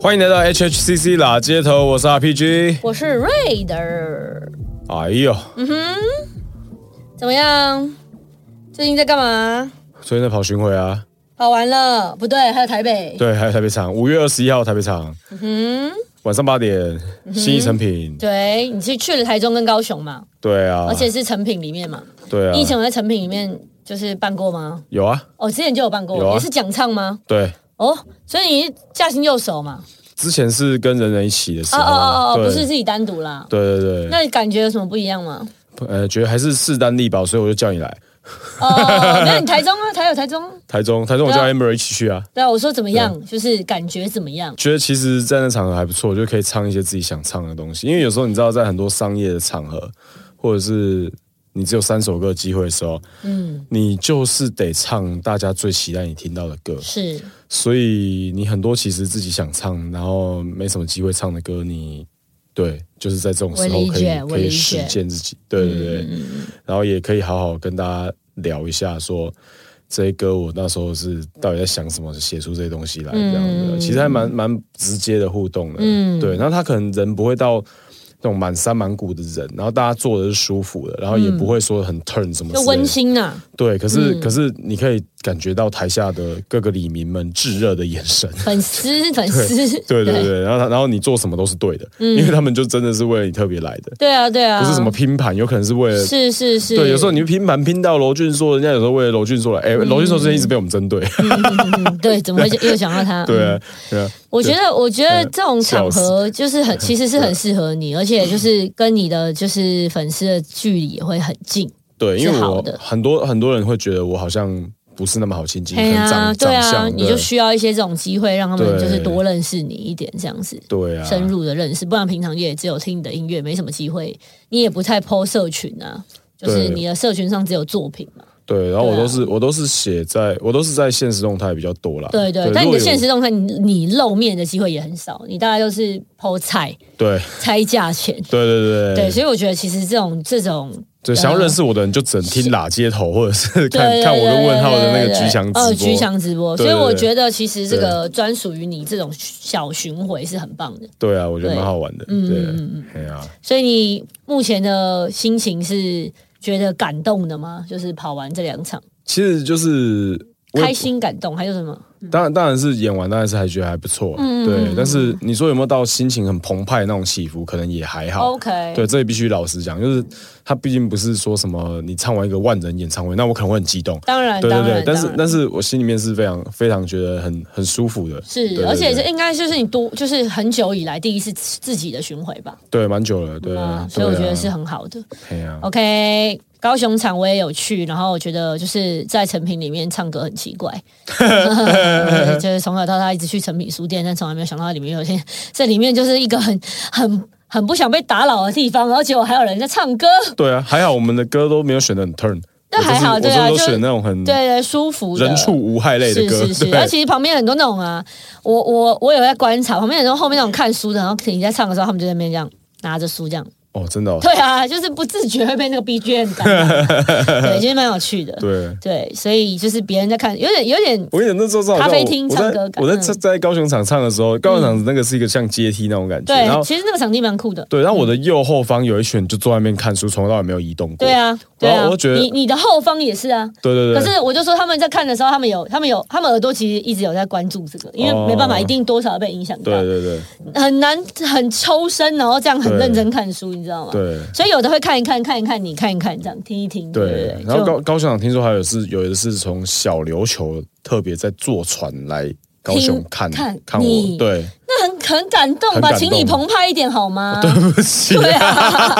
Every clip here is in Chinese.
欢迎来到 HHCC 啦街头，我是 RPG。我是瑞德儿。哎呦，怎么样？最近在干嘛？昨天在跑巡回啊，跑完了？不对，还有台北。对，还有台北场，五月二十一号台北场，嗯，晚上八点，新一成品。对，你是去了台中跟高雄嘛？对啊，而且是成品里面嘛？对啊你，以前有在成品里面就是办过吗？有啊，哦，之前就有办过，有啊也是讲唱吗？对，哦，所以你是驾轻就熟嘛？之前是跟人人一起的时哦候，哦哦哦，对不是自己单独啦。对对对，那你感觉有什么不一样吗？ 呃，觉得还是势单力薄，所以我就叫你来哦，没有，你台中啊，台有台中。台中，台中我叫对 Amber 一起去啊。对啊，我说怎么样，就是感觉怎么样？觉得其实，在那场合还不错，就可以唱一些自己想唱的东西。因为有时候你知道，在很多商业的场合，或者是你只有三首歌的机会的时候，嗯，你就是得唱大家最期待你听到的歌。是，所以你很多其实自己想唱，然后没什么机会唱的歌，你对，就是在这种时候我理可以解我可以理解嗯实践自己，对对对，然后也可以好好跟大家聊一下说。这些歌我那时候是到底在想什么，写出这些东西来这样子的，嗯其实还蛮蛮直接的互动的，嗯，对。然后他可能人不会到那种满山满谷的人，然后大家坐的是舒服的，然后也不会说很 turn 什么之类的，嗯就温馨啊呐，对，可是、嗯可是你可以感觉到台下的各个李民们炙热的眼神。 粉丝粉丝。对对对，然后他然后你做什么都是对的，因为他们就真的是为了你特别来的，对啊，对嗯啊，不是什么拼盘，有可能是为了。是是是，对，有时候你拼盘拼到娄俊硕，人家有时候为了娄俊硕来，哎、娄俊硕之前一直被我们针对， 嗯对，怎么会又想到他？对嗯，啊，对啊，我觉得我觉得这种笑场合就是 很，其实是很适合你，而且就是跟你的就是粉丝的距离也会很近。对，因为是好我的很多很多人会觉得我好像不是那么好亲近，可嘿能嗯啊，长对长啊，相，你就需要一些这种机会，让他们对就是多认识你一点，这样子。对啊，深入的认识，不然平常也只有听你的音乐，没什么机会，你也不太 PO 社群啊，就对是你的社群上只有作品嘛。对，然后我对啊都是、我都是写在我都是在现实动态比较多啦，对对，如但你果的有现实动态，你你露面的机会也很少，你大概就是 PO 菜、对猜价钱，对对对对，所以我觉得其实这种这种对，想要认识我的人就只能听拉街头，或者是对看对看我对跟问号的那对个对吉祥直播。呃吉祥直播，对所对以对我觉得其实这个专属于你这种小巡回是很棒的。对啊，我觉得对嗯蛮好玩的。对，哎呀，所以你目前的心情是觉得感动的吗？就是跑完这两场，其实就是我也开心感动，还有什么？当然当然是演完，当然是还觉得还不错。啊嗯对，但是你说有没有到心情很澎湃那种起伏，可能也还好。 OK 对，这也必须老实讲，就是他毕竟不是说什么你唱完一个万人演唱会，那我可能会很激动。当然，对对当对然，，但当是然但是我心里面是非常非常觉得很很舒服的，对是，对而且对这应该就是你多，就是很久以来第一次自己的巡回吧，对蛮久了，对啊啊，，所以我觉对啊得是，很好的。哎呀， OK，高雄场我也有去，然后我觉得就是在成品里面唱歌很奇 怪，呃就是从小到大一直去成品书店，但从来没有想到里面有些，这里面就是一个很很很不想被打扰的地方，然后结果还有人在唱歌，对啊，还好我们的歌都没有选的很 turn，那还好我就是对啊我就是就都选那种很对对，舒服的人畜无害类的歌，是是是，对而其实旁边很多那种啊，我我我有在观察，旁边很多后面那种看书的，然后你在唱的时候，他们就在那边这样拿着书这样。哦，真的、哦，对啊，就是不自觉会被那个 BGM 感染，对，就是蛮有趣的。对。对，所以就是别人在看，有点有点我跟你讲，那时候是好像咖啡我厅我唱在歌感我在嗯在在高雄场唱的时候，高雄场那个是一个像阶梯那种感觉，然后对，其实那个场地蛮酷的。对，然后我的右后方有一群就坐在那边看书，从头到尾没有移动过。对，啊，对然啊后我觉，得你你的后方也是啊。对对可对，是我就说他们在看的时候，他们有他们有他们耳朵其实一直有在关注这个，因为没办法，哦一定多少被影响到，对对对很难很抽身，然后这样很对认真看书，你知道吗？对所以有的会看一看，看一看你，看一看这样，听一听，对对对对。。然后就高高雄场听说还有是有的是从小琉球特别在坐船来高雄听看看看我，你对， 那很很感动很吧？感请你动澎湃一点好吗？对不起，对啊，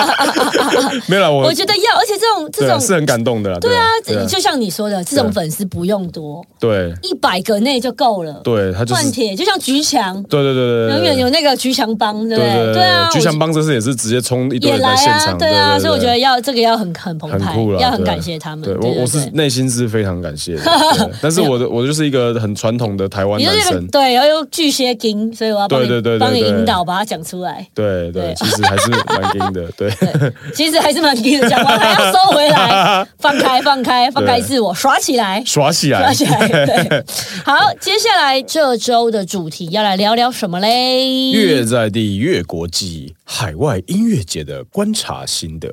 没有啦， 我我觉得要，而且这种这对啊种是很感动的啦，对啊这就像你说的，这种对啊粉丝不用多，对一百个内就够了。对，他就是换帖就像菊强，对对对对对，永远有那个菊强帮，对不对对？对啊，菊祥我帮这次也是直接冲一堆也人来来现啊，场，对啊，所以我觉得要这个要很很澎很湃酷，了，要很对感谢他们。对对我我是对内心是非常感谢的， 对但是我的我就是一个很传统的台湾你就男是那个生，对，然后又巨蟹金，所以我要帮你对对对对对帮你对引导，把它讲出来。对对对，其实还是蛮硬的，对其实还是蛮硬的，讲完还要收回来，放 开，放开，放开自我，耍起来。耍起耍来。起 来，对，好，接下来这周的主题要来聊聊什么嘞？越在地越国际，海外音乐节的观察心得。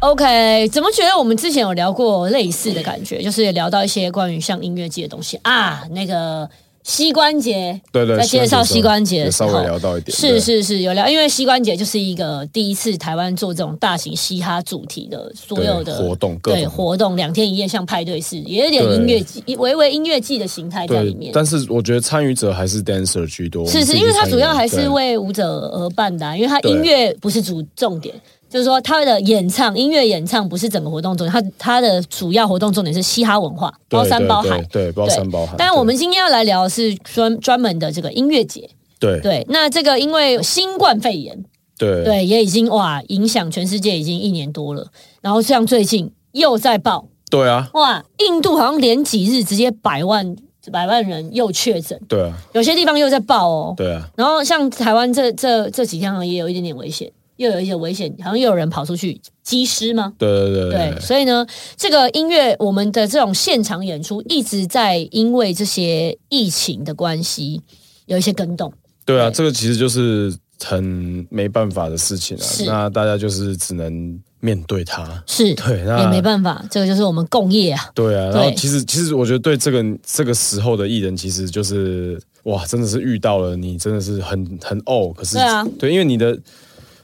OK，怎么觉得我们之前有聊过类似的感觉，就是也聊到一些关于像音乐界的东西啊，那个膝关节，对对，在介绍膝关节也的时稍候微聊到一点，是对，是是有聊，因为膝关节就是一个第一次台湾做这种大型嘻哈主题的所有的对活动各种对活动两天一夜像派对式，也有点对音乐季，微微音乐季的形态在里对。面。但是我觉得参与者还是 dancer 居多，是我们自是，己因为它参与主要还是对为舞者而办的啊、因为它对音乐不是主重点，就是说它的演唱音乐演唱不是整个活动重点，它它的主要活动重点是嘻哈文化，包对山对包对海。对，包山包海。但我们今天要来聊的是专专门的这个音乐节，对对对，那这个因为新冠肺炎，对对，也已经哇影响全世界已经一年多了，然后像最近又在爆对啊，哇，印度好像连几日直接百万百万人又确诊，对啊，有些地方又在爆哦，对啊，然后像台湾这这这几天好像也有一点点危险，又有一些危险，好像又有人跑出去机师吗？对对对对，所以呢，这个音乐我们的这种现场演出一直在因为这些疫情的关系有一些跟动，对啊，对这个其实就是很没办法的事情啊是。那大家就是只能面对它。是对，那也没办法，这个就是我们共业啊，对啊，然后对其实其实我觉得对这个这个时候的艺人，其实就是哇，真的是遇到了你，真的是很很哦。可是对啊因为你的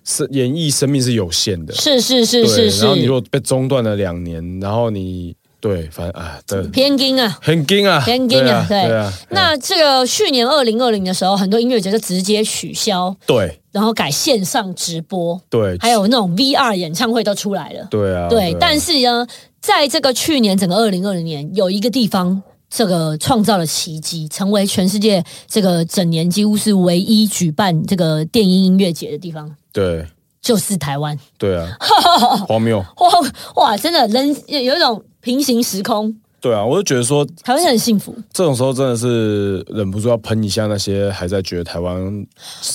生演艺生命是有限的，是是是对，是是然后，你如果被中断了两年，然后你对，反正啊，对，偏硬啊。很惊啊，偏硬啊，对对啊，那这个去年二零二零的时候，很多音乐节就直接取消，对然后改线上直播，对，还有那种 VR 演唱会都出来了。对啊，对啊，但是呢，在这个去年整个二零二零年，有一个地方这个创造了奇迹，成为全世界这个整年几乎是唯一举办这个电音音乐节的地方，对就是台湾。对 啊，荒谬，哇哇，真的人有一种平行时空，对啊，我就觉得说台湾人很幸福。这种时候真的是忍不住要喷一下那些还在觉得台湾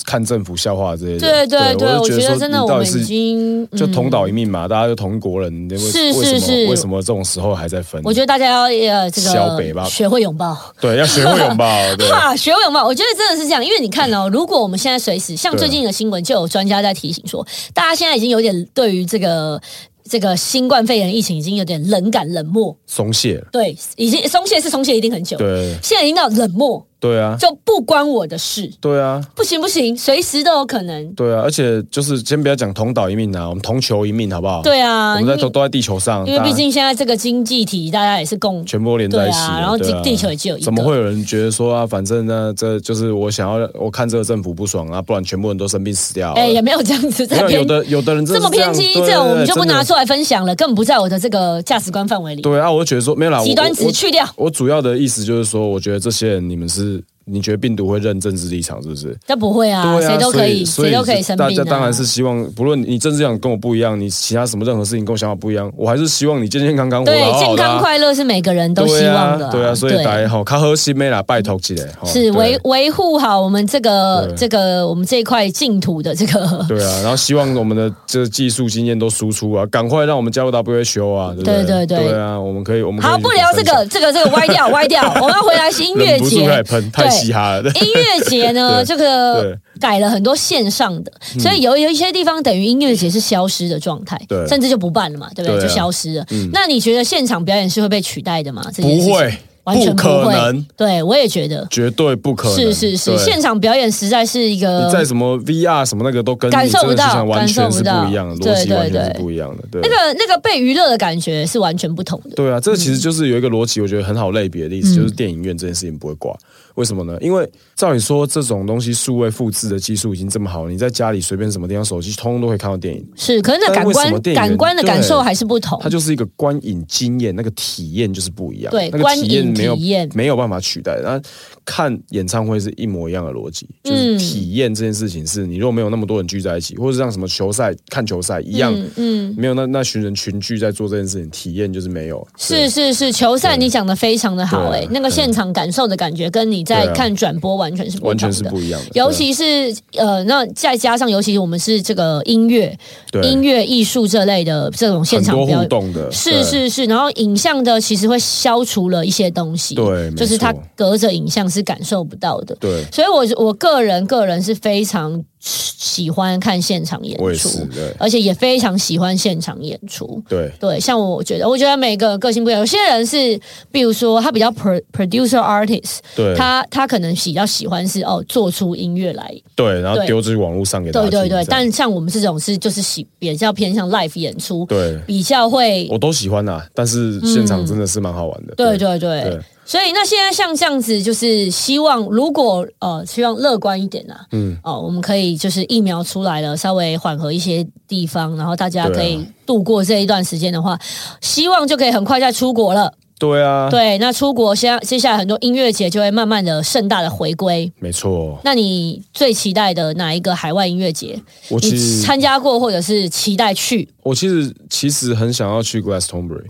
看政府笑话这些人。对对对，我我就觉说得真的你我到底们已是经就嗯同岛一命嘛，大家就同一国人，你为是为什是是么为什么这种时候还在分？我觉得大家要呃这小北个吧学会拥抱。对，要学会拥抱，对啊 哈，啊学会嘛，我觉得真的是这样，因为你看哦，如果我们现在随时像最近的新闻，就有专家在提醒说，大家现在已经有点对于这个这个新冠肺炎疫情已经有点冷感、冷漠，松懈了，对，已经松懈是松懈，一定很久，对现在已经到冷漠，对啊，就不关我的事，对啊。不行不行，随时都有可能，对啊，而且就是先不要讲同岛一命啊，我们同球一命好不好？、对啊，我因们在为都都在地球上，因为大家毕竟现在这个经济体，大家也是共全部都连在一起了，对啊然后对啊地球也只有一个怎么会有人觉得说啊，反正呢，这就是我想要，我看这个政府不爽啊，不然全部人都生病死掉好了。哎、也没有这样子没在有偏有的有的人真这的么是偏样激，对这种我们就不真的拿出来分享了，根本不在我的这个价值观范围里，对啊，我就觉得说没有啦，我极端值我去掉。我我主要的意思就是说，我觉得这些人你们是，你觉得病毒会认政治立场是不是？那不会啊，对啊，谁都可以，所谁都可以生病、啊。大家当然是希望，不论你政治立场跟我不一样，你其他什么任何事情跟我想法不一样，我还是希望你健健康康，活对得好好健的啊康快乐是每个人都希望的、对啊，对啊所以大对家好，卡核心妹啦，拜托起来，吼哦是对啊维维护好我们这个对这个我们这一块净土的这个。对啊，然后希望我们的这技术经验都输出啊，赶快让我们加入 WHO 啊，对不对？对对对啊，我们可以，我们可以 好，不聊这个，这个，这个歪 掉，歪掉。我们要回来是音乐忍不住节开始，喷，太嘻哈了。对音乐节呢， 对这个对嗯改了很多线上的，所以有有一些地方等于音乐节是消失的状态，对甚至就不办了嘛，对不对？对啊就消失了。那你觉得现场表演是会被取代的吗？这件不事情会，完全不不可会能，对我也觉得。绝对不可能。是是是，对现场表演实在是一个你在什么 VR 什么那个都跟嗯感你受不真的到是想完全是不一样的，感受逻不到辑完对对全对是不一样的。对那个那个被娱乐的感觉是完全不同的。对啊，这个其实就是有一个逻辑，我觉得很好类比的例子，嗯就是电影院这件事情不会挂。为什么呢？因为照理说这种东西数位复制的技术已经这么好，你在家里随便什么地方手机通通都可以看到电影。是，可是那但感为什么官电影感官的感受对还是不同它。就是一个观影经验，那个体验就是不一样。对那个观体影验没有体验没有办法取代。那看演唱会是一模一样的逻辑，就是嗯体验这件事情是你如果没有那么多人聚在一起，或者让什么球赛看球赛一样，嗯嗯，没有那那群人群聚在做这件事情，体验就是没有。是是是，球赛你讲的非常的好对哎、啊欸那个现场感受的感觉跟你在对啊看转播完全是对不完全同是的不一样的。尤其是呃，那再加上，尤其我们是这个音乐、对音乐艺术这类的这种现很场多表互演，动的，是对，是是，然后影像的其实会消除了一些东西，对没就是它错隔着影像是感受不到的。对所以我，我个人个人是非常喜欢看现场演我也出是，，对而且也非常喜欢现场演出。对对，像我觉得，我觉得每个个性不一样，有些人是，比如说他比较 pro, producer artist，对，他他可能比较喜欢是哦做出音乐来，对，然后对丢至网络上给大家听对这对样。对。但像我们这种是就是喜比较偏向 live 演出，对比较会，我都喜欢呐，但是现场真的是蛮好玩的。嗯对对对。对所以那现在像这样子，就是希望如果呃希望乐观一点啊，嗯哦，我们可以就是疫苗出来了，稍微缓和一些地方，然后大家对啊可以度过这一段时间的话，希望就可以很快再出国了。对啊，对，那出国现在接下来很多音乐节就会慢慢的盛大的回归。没错。那你最期待的哪一个海外音乐节？我其你实参加过或者是期待去？我其实其实很想要去 Glastonbury，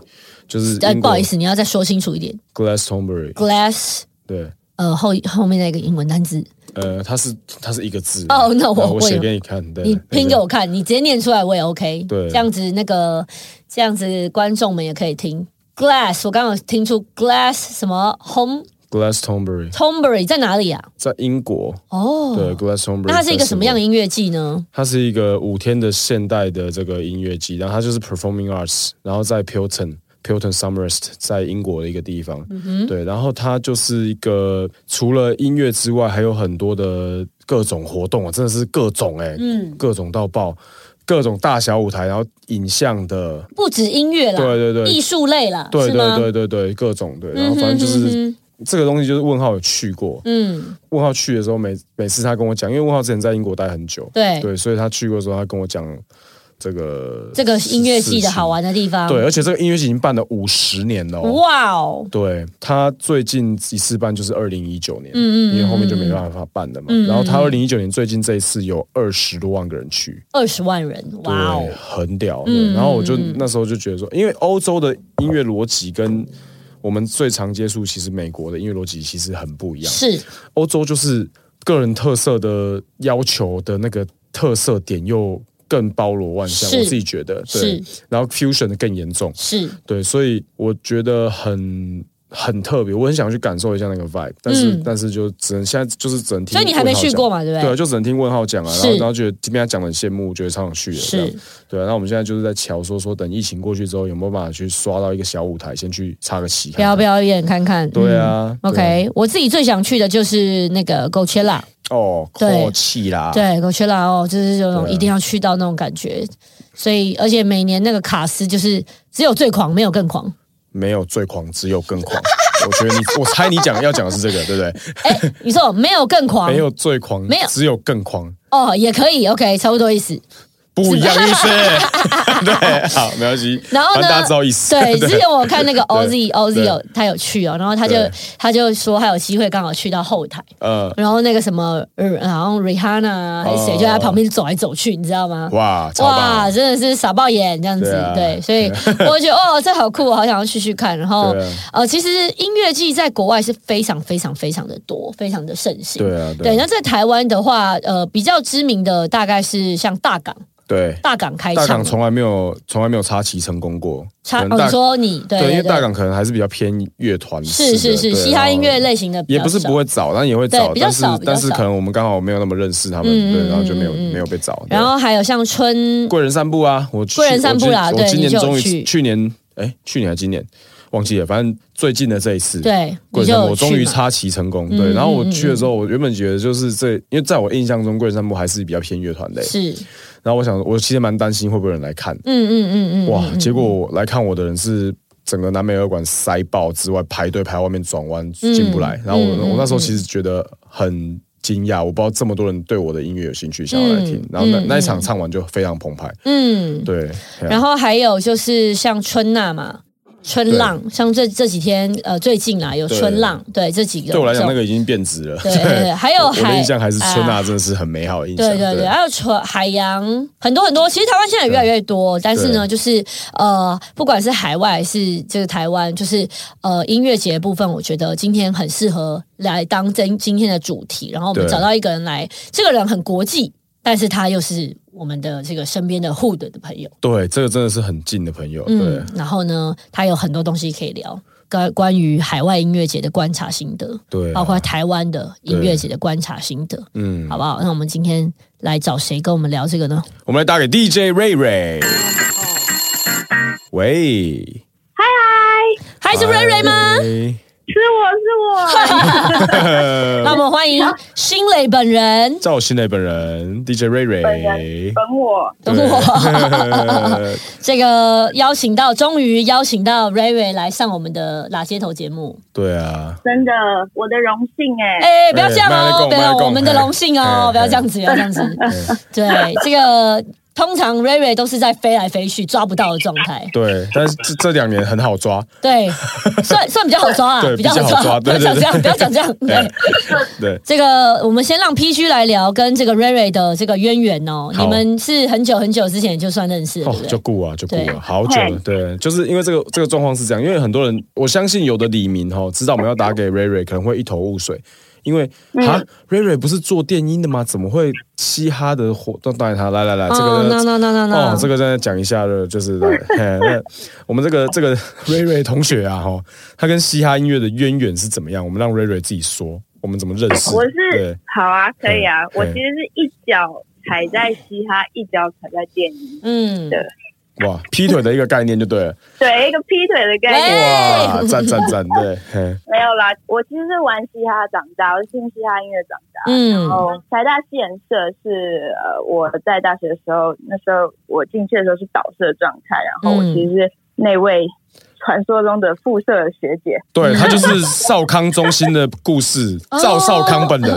就是呃，英不国好意思，你要再说清楚一点。 Glastonbury， Glass，对，呃，后后面那个英文单字，呃，它是它是一个字哦那然我后我会写了给你看，对，你对拼给我看，你直接念出来我也 OK。对这样子那个这样子观众们也可以听。Glass，我刚刚有听出 Glass 什么 Home Glastonbury Tombury 在哪里啊？在英国，哦，对 Glastonbury，那它是一个什么样的 Festival？音乐季呢？它是一个五天的现代的这个音乐季，然后它就是 Performing Arts，然后在 Pilton。Pilton Somerset 在英国的一个地方，嗯对，然后它就是一个除了音乐之外，还有很多的各种活动啊，真的是各种哎、嗯各种到爆，各种大小舞台，然后影像的，不止音乐啦，对对对啊艺术类啦，对是吗？对对对对，各种对，然后嗯哼反正就是、嗯这个东西，就是问号有去过，嗯，问号去的时候每每次他跟我讲，因为问号之前在英国待很久，对，对，所以他去过的时候，他跟我讲这个这个音乐系事的情好，玩的地方，对，而且这个音乐季已经办了五十年了、哦。哇哦，对他最近一次办就是二零一九年，嗯嗯，因为后面就没办法办了嘛。嗯然后他二零一九年最近这一次有二十多万个人去，二十万人，哇哦嗯对，，很屌。对然后我就那时候就觉得说，因为欧洲的音乐逻辑跟我们最常接触，其实美国的音乐逻辑其实很不一样。是欧洲就是个人特色的要求的那个特色点又更包罗万象，是我自己觉得对是。然后 fusion 的更严重，是，对，所以我觉得很。很特别，我很想去感受一下那个 vibe，但是、嗯但是就只能现在就是只能听所问号以你讲，还没去过嘛，对不对啊，对？就只能听问号讲啊，然后是然后觉得今天他讲的很羡慕，觉得超想去的，这样是，对啊。那我们现在就是在瞧说说，等疫情过去之后，有没有办法去刷到一个小舞台，先去插个旗看看，表表演看看，对嗯。啊、对啊 OK，我自己最想去的就是那个 Coachella，哦，对阔气啦，对 Coachella 哦，就是这种对啊一定要去到那种感觉，所以而且每年那个卡斯就是只有最狂，没有 更狂。没有最狂，只有更狂。 我觉得你，我猜你讲要讲的是这个，对不对？哎，你说没有更狂，没有最狂，没有只有更狂，哦，也可以，OK，差不多意思。不一样意 思。对，好，没关系。然后反呢？正大家知道意思。 对，之前我看那个 Oz 对 Oz 对有他有去哦，然后他就对他就说他有机会刚好去到后台，呃，然后那个什么，呃，好像 Rihanna 啊还是谁哦就在旁边走来走去，你知道吗？哇，超哇，棒！真的是傻爆眼这样子，对啊对，所以 我觉得哦，这好酷，我好想要去去看。然后对啊呃，其实音乐季在国外是非常非常非常的多，非常的盛行。对啊，对，对那在台湾的话，呃，比较知名的大概是像大港，对，大港开大唱港，从来没有从来没有插旗成功过。差可能哦，大你说你对对，因为对大港可能还是比较偏乐团式是的，是是对嘻哈音。乐然后类型的比也较不是少不。会找，但也会对找，比较但是少比较但是少可能我们刚好没有那么认识他们，嗯对，然后嗯就没有嗯嗯没有被找。对然后还有像春贵人散步啊，我去贵人散步我啦今对我今你年就有终于去去年哎，去年还今年忘记了，反正最近的这一次，，对，贵人你就散步有我终于去嘛插旗成功。嗯对，然后我嗯嗯去的时候，我原本觉得就是这，因为在我印象中，贵人散步还是比较偏乐团类。是，然后我想，我其实蛮担心会不会有人来看，嗯嗯嗯嗯，哇，结果我来看我的人是。整个南美二馆塞爆之外，排队排到外面转弯进不来。然后我、嗯嗯我那时候其实觉得很惊讶，我不知道这么多人对我的音乐有兴趣，想要来听。然后那、那一场唱完就非常澎湃，嗯。对。嘿啊然后还有就是像春娜嘛，春浪，像这这几天呃最近啊有春浪，对这几个对我来讲，那个已经变质了。对对对，还 有我的海印象还是春啊娜真的是很美好的印象。对对对，还有船海洋很多很多，其实台湾现在也越来越多，但是呢，就是呃，不管是海外还是就是台湾，就是呃音乐节的部分，我觉得今天很适合来当今今天的主题。然后我们对找到一个人来，这个人很国际，但是他又是我们的这个身边的 Hood 的朋友，对，这个真的是很近的朋友。哦对嗯，，然后呢，他有很多东西可以聊。关关于海外音乐节的观察心得，对啊包括台湾的音乐节的观察心得，嗯，好不好？那我们今天来找谁跟我们聊这个呢？我们来打给 DJ 瑞瑞。喂，还是瑞瑞吗？是我是 我，那我们欢迎新磊本人。 赵新磊本人，DJ 瑞本人瑞。本我，等我这个邀请到，终于邀请到瑞瑞来上我们的拉街头节目。 对啊，真的我的荣幸哎、哎，不要这样哎慢哦，点讲慢不要点讲我们的荣幸哦哎，不要这样子，不要这 样子。对，这个通常瑞瑞都是在飞来飞去，抓不到的状态。对，但是这这两年很好抓。对，算算比较好抓啊，对较比较好抓不要对讲这对样，对不要 讲这样。对 哎。对，这个我们先让 P 区来聊跟这个瑞瑞的这个渊源哦。好你们是很久很久之前就算认识了，哦对不，就对？顾啊，就顾对啊，好久了。对，就是因为这个这个状况是这样，因为很多人，我相信有的李明哈、哦，知道我们要打嗯给瑞瑞，可能会一头雾水，因为啊，瑞瑞不是做电音的吗？怎么会嘻哈的活动？当然他来来来，这哦个、那那那那那哦，这个再讲一下的， 就是来，嘿那我们这个 这个瑞瑞同学啊哈、哦，他跟嘻哈音乐的渊源是怎么样？我们让瑞瑞自己说，我们怎么认识？我对是好啊，可以啊嗯，我其实是一脚踩在嘻哈，一脚踩在电影，哦嗯，哇，劈腿的一个概念就对 了，对一个劈腿的概喂念哇，赞赞赞，对，嘿没有啦。我其实是玩嘻哈长大，我是听嘻哈音乐长大。然嗯，后台大戏演社是呃我在大学的时候，那时候我进去的时候是导社状态，然后我嗯其实是那位传说中的副社的学姐， 对他就是少康中心的故事，哦赵少康本人，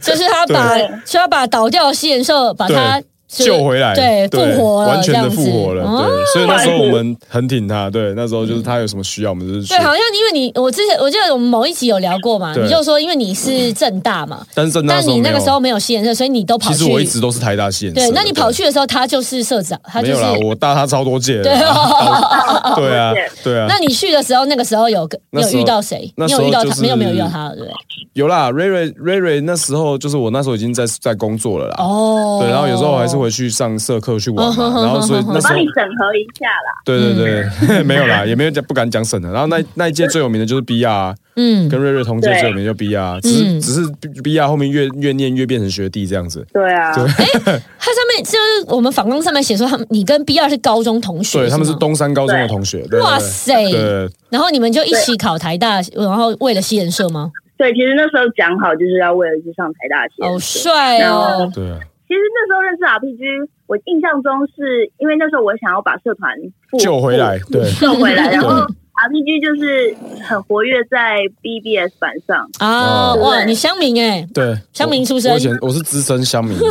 就是他把对就要把倒掉的西研社把他就是救回来，对，复活了，完全这的样子复活了，哦对，所以那时候我们很挺他，对，那时候就是他有什么需要，我们就是去对，，好像因为你，我之前我记得我们某一集有聊过嘛，对你就说因为你是正大嘛，但是那但时候你那个没有时候没有西研社，所以你都跑其去实我一直都是台大戏演社对的，，那你跑去的时候，他就是社长，他没就有是啦，我大他超多届了，对哦好对啊，对啊那，你去的时候，那个时候有跟那有时候遇到谁？那你时候有遇到就他？是没有没有遇到他，对不对？有啦，瑞瑞瑞瑞那时候就是我那时候已经在在工作了啦，哦，对，然后有时候我还是回去上社课去玩嘛，然后所以那我时候帮你审核一下啦。 对对嗯对， 没有啦，也没有讲不敢讲省的。然后那那一届最有名的就是 B R，啊嗯跟瑞瑞同届对最有名就 B R，只是嗯只是 B R 后面越越念越变成学弟这样子。对啊，他上面就是我们访纲上面写说，他们你跟 B 二是高中同学，对，他们是吗。东山高中的同学。对哇！塞！对对然后你们就一起考台大，然后为了西人社吗？对，其实那时候讲好就是要为了去上台大戏。好帅哦！对对，其实那时候认识 RPG，我印象中是因为那时候我想要把社团复救回来，对复救 回来，然后对 RPG 就是很活跃在 BBS 版上，啊，哦哇，对你乡民哎，对， 乡民出身我我以前我是资深乡民，对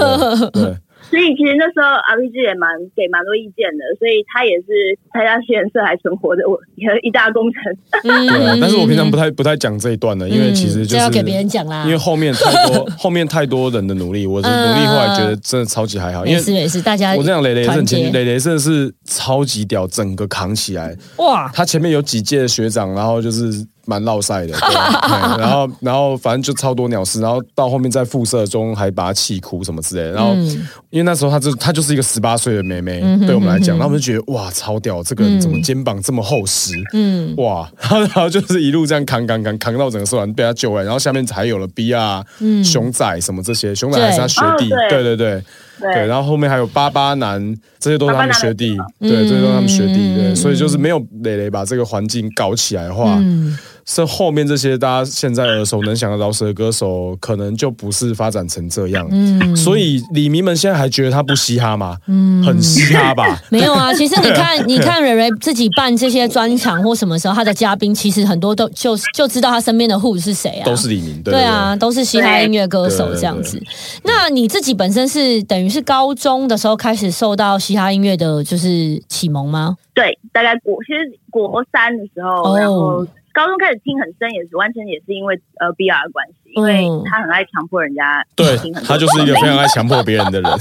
对所以其实那时候 RPG 也蛮给蛮多意见的，所以他也是台大实验社还存活的，我也一大功臣。对啊嗯，但是我平常不太不太讲这一段的，因为其实这就是要给别人讲啦因。为后面太多后面太多人的努力，我的努力后来觉得真的超级还好，因没为事没事，大家我这样，磊磊是很啊团结前，磊磊真的是超级屌，整个扛起来。哇，他前面有几届的学长，然后就是蛮落赛的，对 对然后然后反正就超多鸟事，然后到后面在复社中还把他气哭什么之类的。然后、嗯因为那时候他就他就是一个十八岁的妹妹，嗯哼对我们来讲，嗯然哼后我们就觉得哇超屌，这个人怎么肩膀这么厚实？嗯，哇，然后然后就是一路这样扛扛扛扛到整个社团被他救回来，然后下面才有了 B 啊、嗯熊仔什么这些，熊仔还是他学弟，对哦对对对对，然后后面还有巴巴男，这些都是他们学弟，巴对，这些都是他们学弟，嗯对，所以就是没有磊磊把这个环境搞起来的话，嗯？是后面这些大家现在耳熟能详的饶舌歌手，可能就不是发展成这样。嗯，所以李迷们现在还觉得他不嘻哈吗？嗯，很嘻哈吧没有啊，其实你 看，你看蕊蕊自己办这些专场或什么时候，她的嘉宾其实很多都就就知道她身边的 who 是谁啊，都是李明，对对啊，，都是嘻哈音乐歌手对这样子。那你自己本身是等于是高中的时候开始受到嘻哈音乐的就是启蒙吗？对，大概国其实国三的时候，哦然后高中开始听很深，也是完全也是因为呃 BR 的关系，因为嗯他很爱强迫人家对听 很多他就是一个非常爱强迫别人的人，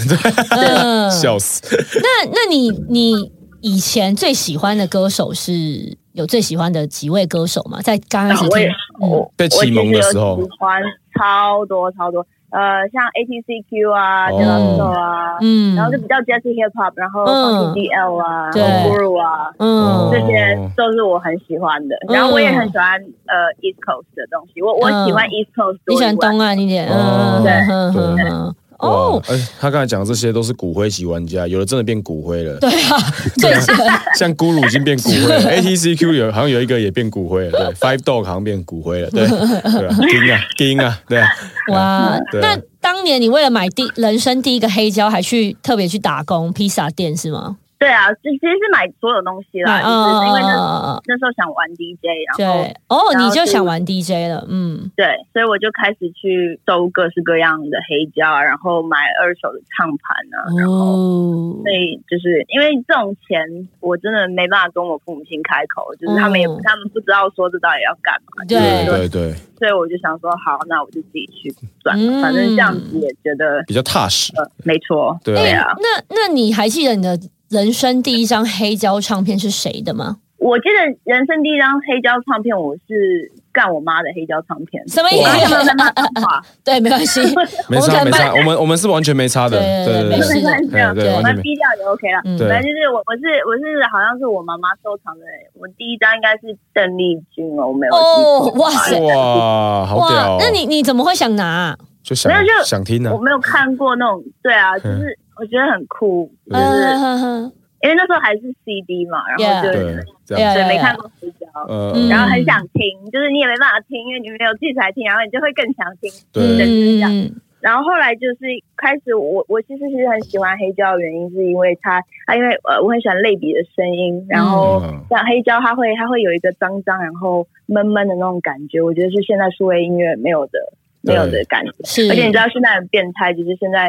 嗯，笑死。那那你你以前最喜欢的歌手是有最喜欢的几位歌手吗？在刚开始我也听，嗯被我启蒙的时候其实有喜欢超多超多，呃，像 ATCQ 啊、哦 d e l a s o 啊，嗯然后就比较 Jazz Hip Hop，然后嗯 d l 啊、对哦 Guru 啊，嗯这些都是我很喜欢的。然后我也很喜欢呃 East Coast 的东西，我我嗯喜欢 East Coast，你喜欢多于东岸一点，哦嗯，对嗯对嗯嗯嗯哇哦，！而且哎他刚才讲的这些都是骨灰级玩家，有的真的变骨灰了，对啊，最近像咕噜已经变骨灰了，ATCQ 有好像有一个也变骨灰了，对，Five Dog 好像变骨灰了，对，对啊，丁啊丁啊，对啊，哇，对啊那当年你为了买第人生第一个黑胶，还去特别去打工披萨店是吗？对啊，就其实是买所有东西啦，嗯啊就是因为那嗯嗯那时候想玩 DJ，然后对，哦，然后你就就想玩 DJ 了，嗯，对，所以我就开始去收各式各样的黑胶啊，然后买二手的唱盘啊，嗯然后。哦，所以就是因为这种钱，我真的没办法跟我父母亲开口，就是他们也、嗯他们不知道说这到底要干嘛，对对对，所以我就想说，好，那我就自己去赚，嗯反正这样子也觉得比较踏实，呃没错，对那啊对你啊。那那你还记得你的人生第一张黑胶唱片是谁的吗？我记得人生第一张黑胶唱片，我是干我妈的黑胶唱片，什么意我妈思干嘛在骂脏话？对，没关 系，没我们可差能没办差，我们我们是完全没差的，对对对对对没对是事的没事，哎对我完全们没低调也 OK 啦。嗯对反正就是我，我是我是好像是我妈妈收藏的，我第一张应该是邓丽君哦，我没有哦记，错。哇塞，哇，好屌哇哦！，那你你怎么会想拿啊？就想没有就想听呢啊我，没有看过那种，对啊，就是我觉得很酷，就对是嗯因为那时候还是 CD 嘛，然后 Yeah 就对是，这样， Yeah 对没看过黑胶。呃，嗯呃然后很想听，就是你也没办法听，因为你没有器材听，然后你就会更想听。对，嗯嗯然后后来就是开始我，我其实是很喜欢黑胶的原因，是因为它，它因为呃我很喜欢类比的声音，然后嗯像黑胶它会它会有一个脏脏，然后闷闷的那种感觉，我觉得是现在数位音乐没有的对嗯没有的感觉。是，而且你知道现在很变态，就是现在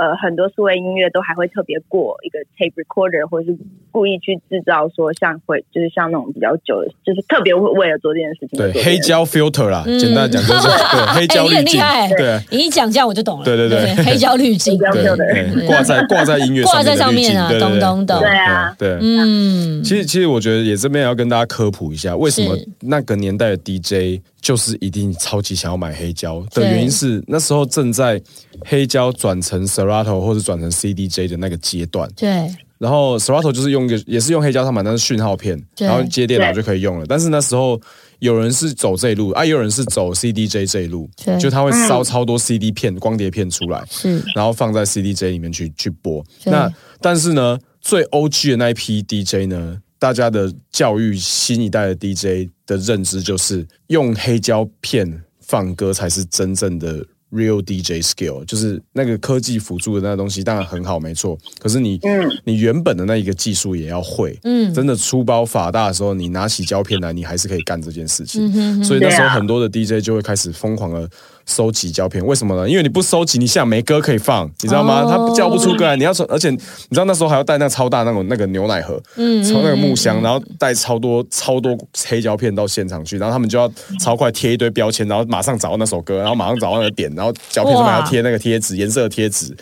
呃很多数位音乐都还会特别过一个 tape recorder，或者是故意去制造说像会就是像那种比较久的，就是特别为为了做这件事对情做这件事黑胶 filter 啦，嗯简单地讲 就是对黑胶哎你滤很厉镜害，对你一讲这样我就懂了，对对对黑胶滤镜，黑对胶对对哎挂 在挂在音乐挂在上上面啊的滤镜对对对懂懂懂对啊对。对嗯，其实，其实我觉得也这边要跟大家科普一下，为什么是那个年代的 DJ 就是一定超级想要买黑胶的对原因是，那时候正在黑胶转成 Serato 或者转成 CDJ 的那个阶段，对，然后 Serato 就是用一个也是用黑胶唱板，但是讯号片，对然后接电脑就可以用了。但是那时候有人是走这一路，啊，也有人是走 CDJ 这一路对，嗯就他会烧超多 CD 片、光碟片出来，是然后放在 CDJ 里面去去播。对那但是呢，最 OG 的那一批 DJ 呢，大家的教育新一代的 DJ 的认知就是用黑胶片放歌才是真正的 real DJ skill，就是那个科技辅助的那东西，当然很好，没错。可是你、你原本的那一个技术也要会。嗯真的粗包法大的时候，你拿起胶片来，你还是可以干这件事情。嗯哼哼所以那时对候啊很多的 DJ 就会开始疯狂的收集胶片，为什么呢？因为你不收集，你现在没歌可以放，你知道吗？哦他叫不出歌来，你要从，而且你知道那时候还要带那个超大那种那个牛奶盒，嗯从那个木箱，然后带超多超多黑胶片到现场去，然后他们就要超快贴一堆标签，然后马上找到那首歌，然后马上找到那个点，然后胶片上面哇要贴那个贴纸，颜色的贴纸。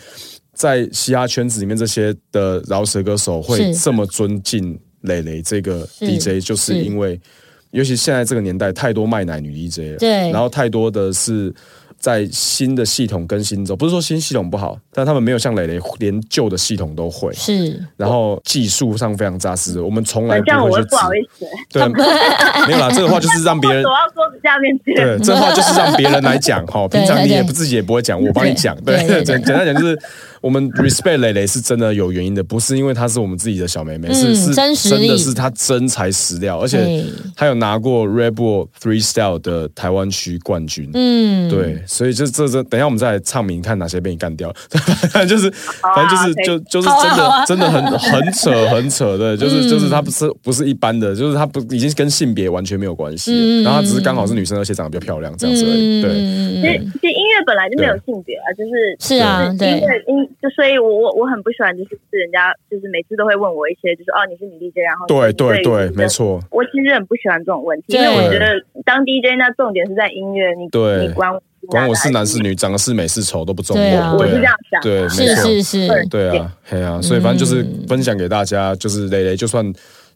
在嘻哈圈子里面，这些的饶舌歌手会是这么尊敬蕾蕾这个是 DJ，就是是因为，尤其现在这个年代，太多卖奶女 DJ 了，对然后太多的是在新的系统更新中，不是说新系统不好，但他们没有像蕾蕾连旧的系统都会，是然后技术上非常扎实，我们从来嗯这样不我会会去不好意思，对，没有啦，这个话就是让别 人躲。到桌子下面去。对，这话就是让别人来讲哈。对平常你对也对不自己也不会讲，我帮你讲。对，对对 对简简单讲就是，我们 respect 蕾蕾是真的有原因的，不是因为她是我们自己的小妹妹，是嗯是真实真的力是她真材实料，而且对她有拿过 Red Bull Three Style 的台湾区冠军。嗯，对，所以就这这，等一下我们再来唱名，看哪些被你干掉。 反正就是，反正就是，可以就就是好啊真的、好啊嗯真的很很扯很扯 的，就是、就是他不是不是一般的，就是他不已经跟性别完全没有关系了，嗯然后他只是刚好是女生，而且长得比较漂亮这样子而已。对，其嗯实嗯其实音乐本来就没有性别啊，就是是啊就是对音乐音就所以我我我很不喜欢就是人家就是每次都会问我一些就是哦你是女 DJ，然后你对是对于对，你的没。错，啊我其实很不喜欢这种问题，对因为我觉得当 DJ 那重点是在音乐，你对你管我管我是男是女，女，长得是美是丑都不重要。啊对啊我是这对样啊，想。对，没是错。是是，对啊，嘿啊，所以反正就是分享给大家，就是蕾蕾，就算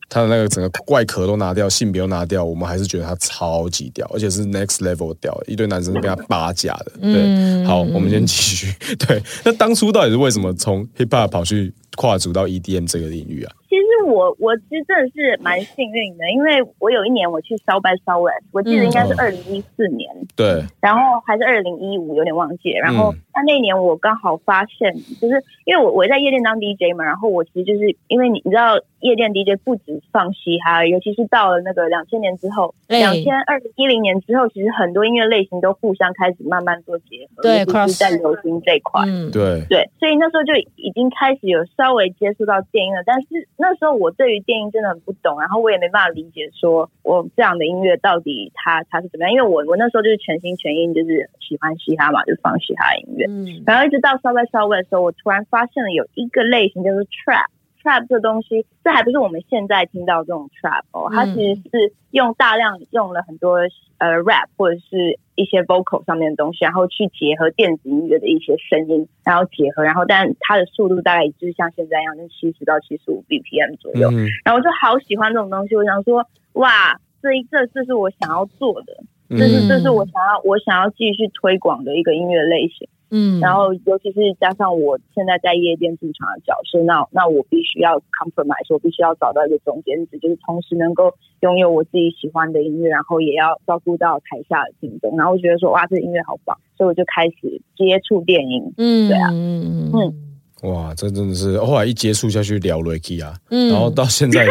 她的那个整个外壳都拿掉，性别都拿掉，我们还是觉得她超级屌，而且是 next level 屌，一堆男生被她扒假的。对，嗯好，我们先继续。 对，那当初到底是为什么从 hip hop 跑去跨足到 EDM 这个领域啊？其实我我其实真的是蛮幸运的，因为我有一年我去 South by Southwest，我记得应该是嗯二零一四年，对，然后还是二零一五，有点忘记了。然后嗯那那年我刚好发现，就是因为我我在夜店当 DJ 嘛，然后我其实就是因为你你知道夜店 DJ 不止放嘻哈，尤其是到了那个两千年之后，哎两千二一零年之后，其实很多音乐类型都互相开始慢慢做结合，对尤其 cross 是在流行这一块。嗯，对，对，所以那时候就已经开始有稍微接触到电音了，但是那时候我对于电音真的很不懂，然后我也没办法理解说我这样的音乐到底它它是怎么样，因为我我那时候就是全心全意就是喜欢嘻哈嘛，就放嘻哈音乐，嗯然后一直到稍微稍微的时候，我突然发现了有一个类型叫做 trap。trap 这东西，这还不是我们现在听到这种 trap 哦，它嗯其实是用大量用了很多呃 rap 或者是一些 vocal 上面的东西，然后去结合电子音乐的一些声音，然后结合，然后但它的速度大概也就是像现在一样，就七十到七十五 BPM 左右。嗯然后我就好喜欢这种东西，我想说，哇，这一这这是我想要做的，这嗯是这是我想要我想要继续推广的一个音乐类型。嗯，然后尤其是加上我现在在夜店驻场的角色，那那我必须要 compromise，我必须要找到一个中间值，就是同时能够拥有我自己喜欢的音乐，然后也要照顾到台下的听众。然后我觉得说哇，这音乐好棒，所以我就开始接触电音。嗯，对啊，嗯嗯哇，这真的是后来一接触下去聊 r i k y 啊，嗯，然后到现 在，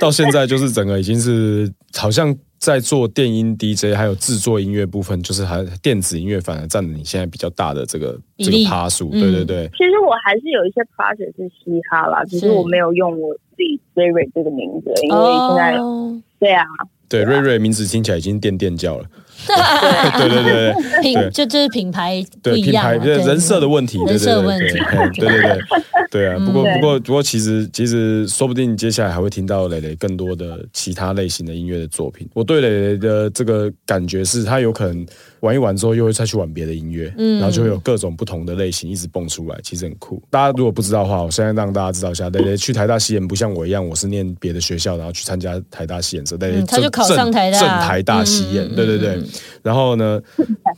到现在就是整个已经是好像在做电音 DJ，还有制作音乐部分，就是还电子音乐反而占了你现在比较大的这个比这例个趴数。嗯对对对，其实我还是有一些 project 是嘻哈啦，只是是我没有用我自己 favorite 这个名字，因为现在、哦，对啊，对瑞瑞名字听起来已经垫垫叫 了。对对对对对品就就是品牌不对一品样牌嘛，对人设的问题，对人对设对问对题，嗯对对 对对啊！不过嗯不过不过，其实其实说不定接下来还会听到蕾蕾更多的其他类型的音乐的作品。我对蕾蕾的这个感觉是，她有可能玩一玩之后又会再去玩别的音乐，嗯然后就会有各种不同的类型一直蹦出来，其实很酷。大家如果不知道的话，我现在让大家知道一下，蕾蕾去台大西演不像我一样，我是念别的学校，然后去参加台大西演社，蕾蕾嗯她就正考上正台大正台大西嗯嗯演，嗯对对对嗯。然后呢，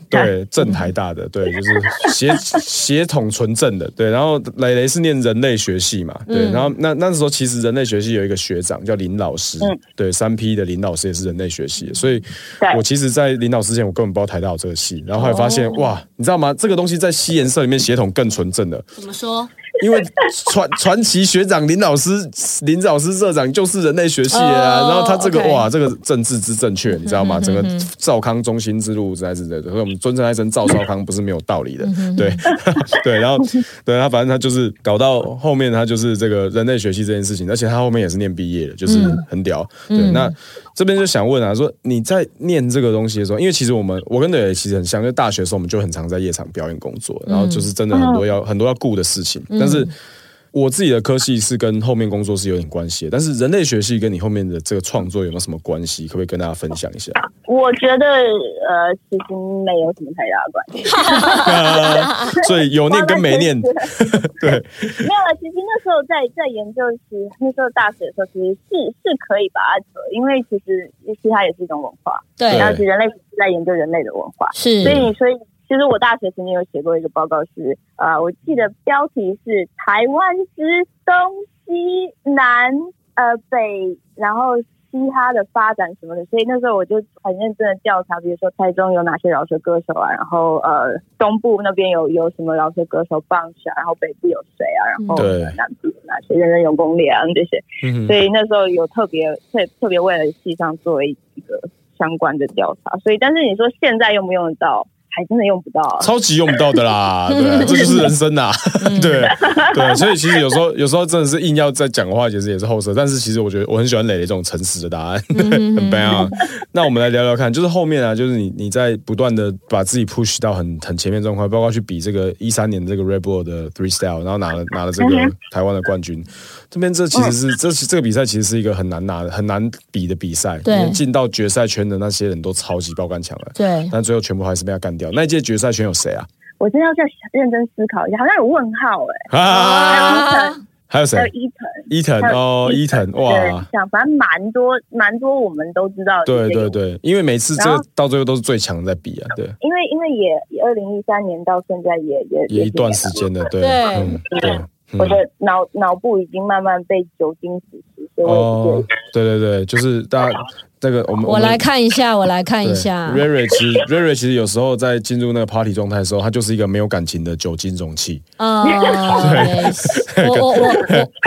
对，正台大的，对，就是协协统纯正的，对。然后蕾蕾是念人类学系嘛，对。嗯然后那那时候其实人类学系有一个学长叫林老师嗯，对，三 P 的林老师也是人类学系的，所以对我其实，在林老师之前我根本不知道台大有这个系，然后后来发现哦哇，你知道吗？这个东西在西研社里面协统更纯正的，怎么说？ 因为传传奇学长林老师，林老师社长就是人类学系的啊。哦然后他这个 OK 嗯哇，这个政治之正确，你知道吗？整个赵康中心之路实在是的，所以我们尊称他一声赵少康不是没有道理的。嗯对对，然后对他反正他就是搞到后面，他就是这个人类学系这件事情，而且他后面也是念毕业的，就是很屌。对，嗯那这边就想问啊，说你在念这个东西的时候，因为其实我们我跟磊磊其实很像，就大学的时候我们就很常在夜场表演工作，然后嗯就是真的很哦多要、很多要顾的事情，但是。我自己的科系是跟后面工作是有点关系的，但是人类学系跟你后面的这个创作有没有什么关系？可不可以跟大家分享一下？ 我觉得呃，其实没有什么太大的关系。所以有念跟没 念， 对， 没有，其实那时候在在研究时，那时候大学的时候，其实是是可以把它折，因为其实嘻哈也是一种文化，对对然，后其实人类学是在研究人类的文化，是所以所以其实我大学曾经有写过一个报告是，呃，我记得标题是台湾之东西南呃北，然后嘻哈的发展什么的，所以那时候我就很认真的调查，比如说台中有哪些饶舌歌手啊，然后呃东部那边有有什么饶舌歌手 Bunch 啊，然后北部有谁啊，然后对呃南部有哪些人人有攻略啊这些，嗯所以那时候有特别特特别为了戏上做一一个相关的调查，所以但是你说现在用不用得到，还真的用不到、啊。超级用不到的啦，对啊，这就是人生呐， 对对，啊所以其实有时候有时候真的是硬要再讲的话，其实也是后设，但是其实我觉得我很喜欢磊磊这种诚实的答案， 很棒啊。那我们来聊聊看，就是后面啊，就是你你在不断的把自己 push 到很很前面状况，包括去比这个一三年这个 Red Bull 的 Three Style，然后拿了拿了这个嗯台湾的冠军，这边这其实是这这个比赛其实是一个很难拿的很难比的比赛，对因为进到决赛圈的那些人都超级爆干强啊了。对，但最后全部还是被他干掉。那一届决赛圈有谁 啊？我真的要再认真思考一下，好像有问号呃哎、啊，还有伊藤，还有还有谁？伊藤，伊藤还有哦，伊藤对哇，，想反正蛮多蛮多我们都知道的这对些对人。对，因为每次这然个后到最后都是最强在比啊，对，因为因为也二零一三年到现在也也也一段时间间。的，对，对嗯，对，我嗯，的脑脑部已经慢慢被酒精腐蚀，所以我也哦是，对对对，就是大家那个我们 我来。看一下，我来看一下。瑞瑞其实瑞瑞其实有时候在进入那个 party 状态的时候，他就是一个没有感情的酒精容器。啊，我 我我我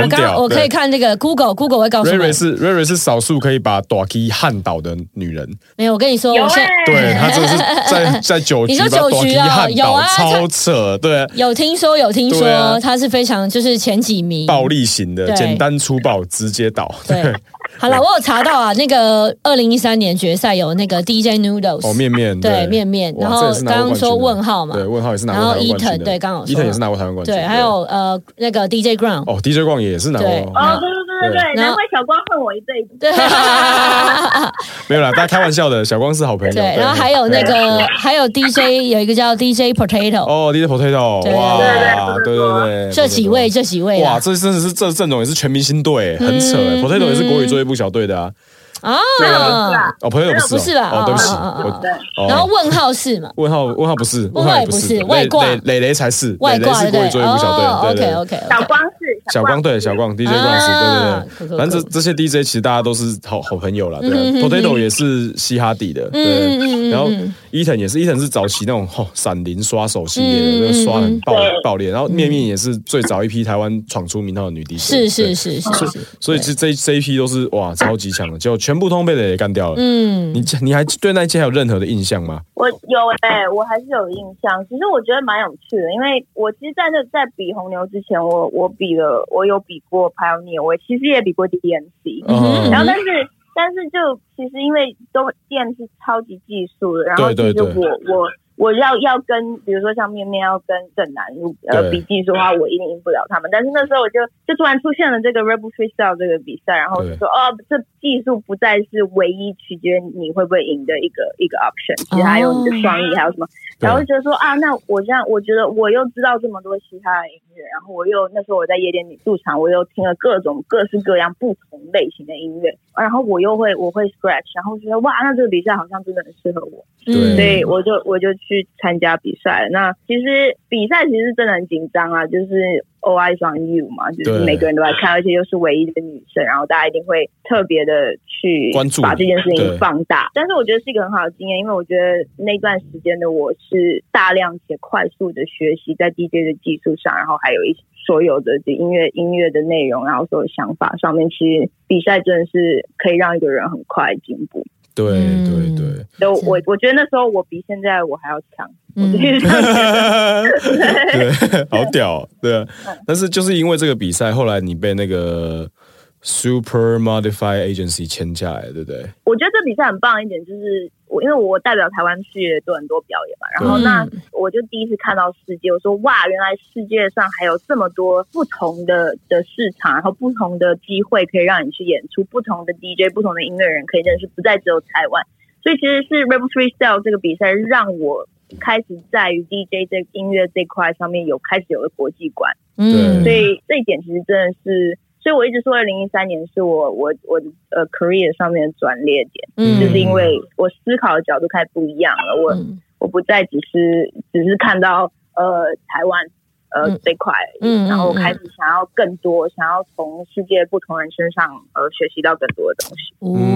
我刚我可以看那个 Google Google 会告诉瑞瑞我，是瑞瑞是少数可以把 d o k i 焊倒的女人，没有，我跟你说，有我现哎、在对她真的是在在酒局你说把 d 酒 o 局 k i 啊焊有倒，啊超扯，对，有听说有听对啊说，他是非常就是前几名。暴力型的，对简单粗暴，直接倒。对，好了，我有查到啊，那个二零一三年决赛有那个 DJ Noodles，哦，面面对面面哇然后这也是拿过刚刚说冠军的问号嘛对，问号也是拿过然台后湾冠军的， Eaton，对刚好伊说藤也是拿过台湾冠军，对，还有呃那个 DJ Ground，哦，DJ 逛也是拿对过，哦，对对对对对对，难怪小光恨我一辈子。对， 没有啦，大家开玩笑的，小光是好朋友，对，然后还有那个还有 DJ 有一个叫 DJ Potato，哦，DJ Potato，对哇，对对对对对对，这几位这几位哇，啊这真的是这阵容也是全明星队，很扯欸嗯，Potato 也是国语嗯作业部小队的啊，啊，哦，Potato 不是哦，不是啦哦，对不起，哦哦哦哦我对，哦然后问号是嘛？问号问号不是，问号也不是磊外挂磊磊磊才是，外磊磊挂是对不国语哦对？作业部小队，对对，OK 对 OK，嗯小光是小光对小光 DJ 啊光是，对对酷酷对，反正这酷这些 DJ 其实大家都是好好朋友啦，对嗯啊嗯嗯，Potato 也是嘻哈底的，嗯嗯嗯对，嗯然后嗯 Eaton 也是，Eaton 是早期那种吼闪灵刷手系列嗯的，嗯就是刷得很爆嗯爆裂，然后面面也是最早一批台湾闯出名堂的女 DJ，是对是，是是所以是，所以这这这一批都是哇超级强的，结果全部通被磊磊干掉了。嗯，你你还对那一届还有任何的印象吗？我有哎、我还是有印象。其实我觉得蛮有趣的，因为我其实在那在比红牛之前，我我比了，我有比过 Pioneer，我其实也比过 DMC，、嗯哼然后嗯但是。但是就其实因为都 DM 是超级技术的，然后其对对实对我我我要要跟比如说像面面要跟郑南如对呃比技术的话，我一定赢不了他们。但是那时候我就就突然出现了这个 Rebel Freestyle 这个比赛，然后对就说哦，这技术不再是唯一取决于你会不会赢的一个一个 option，其实还有你的双翼，还有什么对然后就觉得说啊，那我这样，我觉得我又知道这么多其他的音乐，然后我又那时候我在夜店里驻场，我又听了各种各式各样不同类型的音乐，然后我又会我会 scratch，然后觉得哇，那这个比赛好像真的很适合我，对所以我就我就去参加比赛了。那其实比赛其实真的很紧张啊，就是 O I 双 U 嘛，就是对每个人都在看，而且又是唯一的女生，然后大家一定会特别的去关注把这件事对情放大。但是我觉得是一个很好的经验，因为我觉得那段时间的我是大量且快速的学习在 DJ 的技术上，然后还有一些所有的这音乐音乐的内容，然后所有想法上面，其实比赛真的是可以让一个人很快进步。对对嗯对， 所以是我我觉得那时候我比现在我还要强。嗯对，好屌哦，对啊。但是就是因为这个比赛，后来你被那个 Super Modify Agency 签下来，对不对？我觉得这比赛很棒一点，就是我因为我代表台湾去做很多表演嘛，然后对嗯那我就第一次看到世界，我说哇，原来世界上还有这么多不同的的市场，然后不同的机会可以让你去演出，不同的 DJ、不同的音乐人可以认识，不再只有台湾。所以其实是 Rebel Freestyle 这个比赛让我开始在于 DJ 这音乐这块上面有开始有了国际观。嗯，所以这一点其实真的是，所以我一直说二零一三年是我我我的呃 career 上面的转捩点，嗯就是因为我思考的角度开始不一样了，我嗯我不再只是只是看到呃台湾，呃、嗯这块，嗯嗯嗯然后我开始想要更多，想要从世界不同人身上呃学习到更多的东西。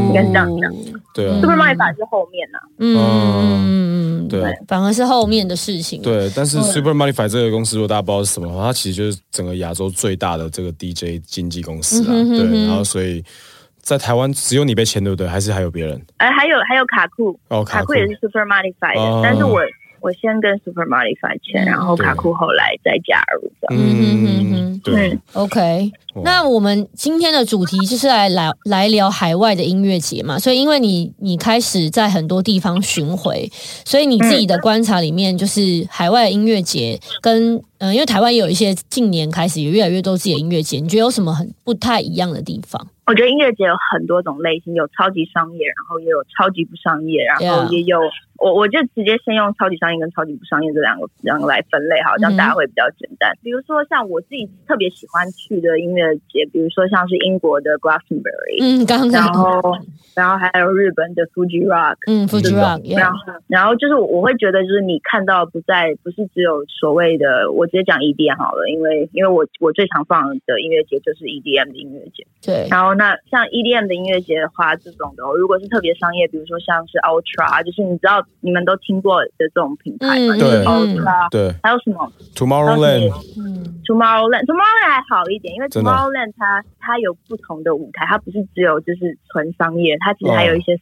应该是这样讲对啊嗯， Supermarket 反而是后面啊呐、嗯嗯嗯嗯，对啊。反而是后面的事情。对，但是 Super Modify 这个公司，如果大家不知道是什么的话，它其实就是整个亚洲最大的这个 DJ 经纪公司啊。嗯哼哼对，哼然后所以在台湾只有你被签，对不对？还是还有别人？哎、还有还有卡库，哦，卡卡库也是 Super Modify 的，哦但是我我先跟 Super Modify 签，嗯然后对卡库后来再加入这样。嗯哼哼哼对， OK，哇那我们今天的主题就是来来来聊海外的音乐节嘛，所以因为你你开始在很多地方巡回，所以你自己的观察里面，就是海外音乐节跟嗯、呃因为台湾也有一些近年开始也越来越多自己的音乐节，你觉得有什么很不太一样的地方？我觉得音乐节有很多种类型，有超级商业，然后也有超级不商业，然 Yeah 后也有我我就直接先用超级商业跟超级不商业这两个两个来分类，好，这嗯样大家会比较简单。比如说像我自己特别喜欢去的音乐节，比如说像是英国的 Glastonbury，、嗯，刚刚然讲到后然后还有日本的 Fuji Rock，嗯 f u j i Rock，然后，然后就是我我会觉得，就是你看到不在，不是只有所谓的，我直接讲 EDM 好了，因为因为我我最常放的音乐节就是 EDM 的音乐节。对，然后那像 EDM 的音乐节的话，这种的哦、如果是特别商业，比如说像是 Ultra，就是啊你知道你们都听过的这种品牌嘛，嗯就是对 Ultra，、啊对还有什么，Tomorrowland，嗯 Tomorrowland，Tomorrowland 还好一点，因为真的 Tomorrowland 它它有不同的舞台，它不是只有就是纯商业，它其实哦还有一些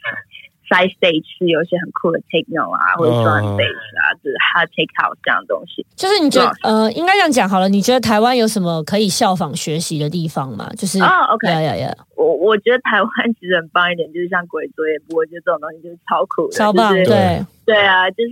side stage 是有一些很酷的 techno 啊，或者哦 drum bass 啊，就是 hard take out 这样的东西。就是你觉得是呃，应该这样讲好了，你觉得台湾有什么可以效仿学习的地方吗？就是哦，OK 呀呀呀，我我觉得台湾其实很棒一点，就是像鬼作业部，我觉得这种东西就是超酷的，超棒，就是对对啊，就是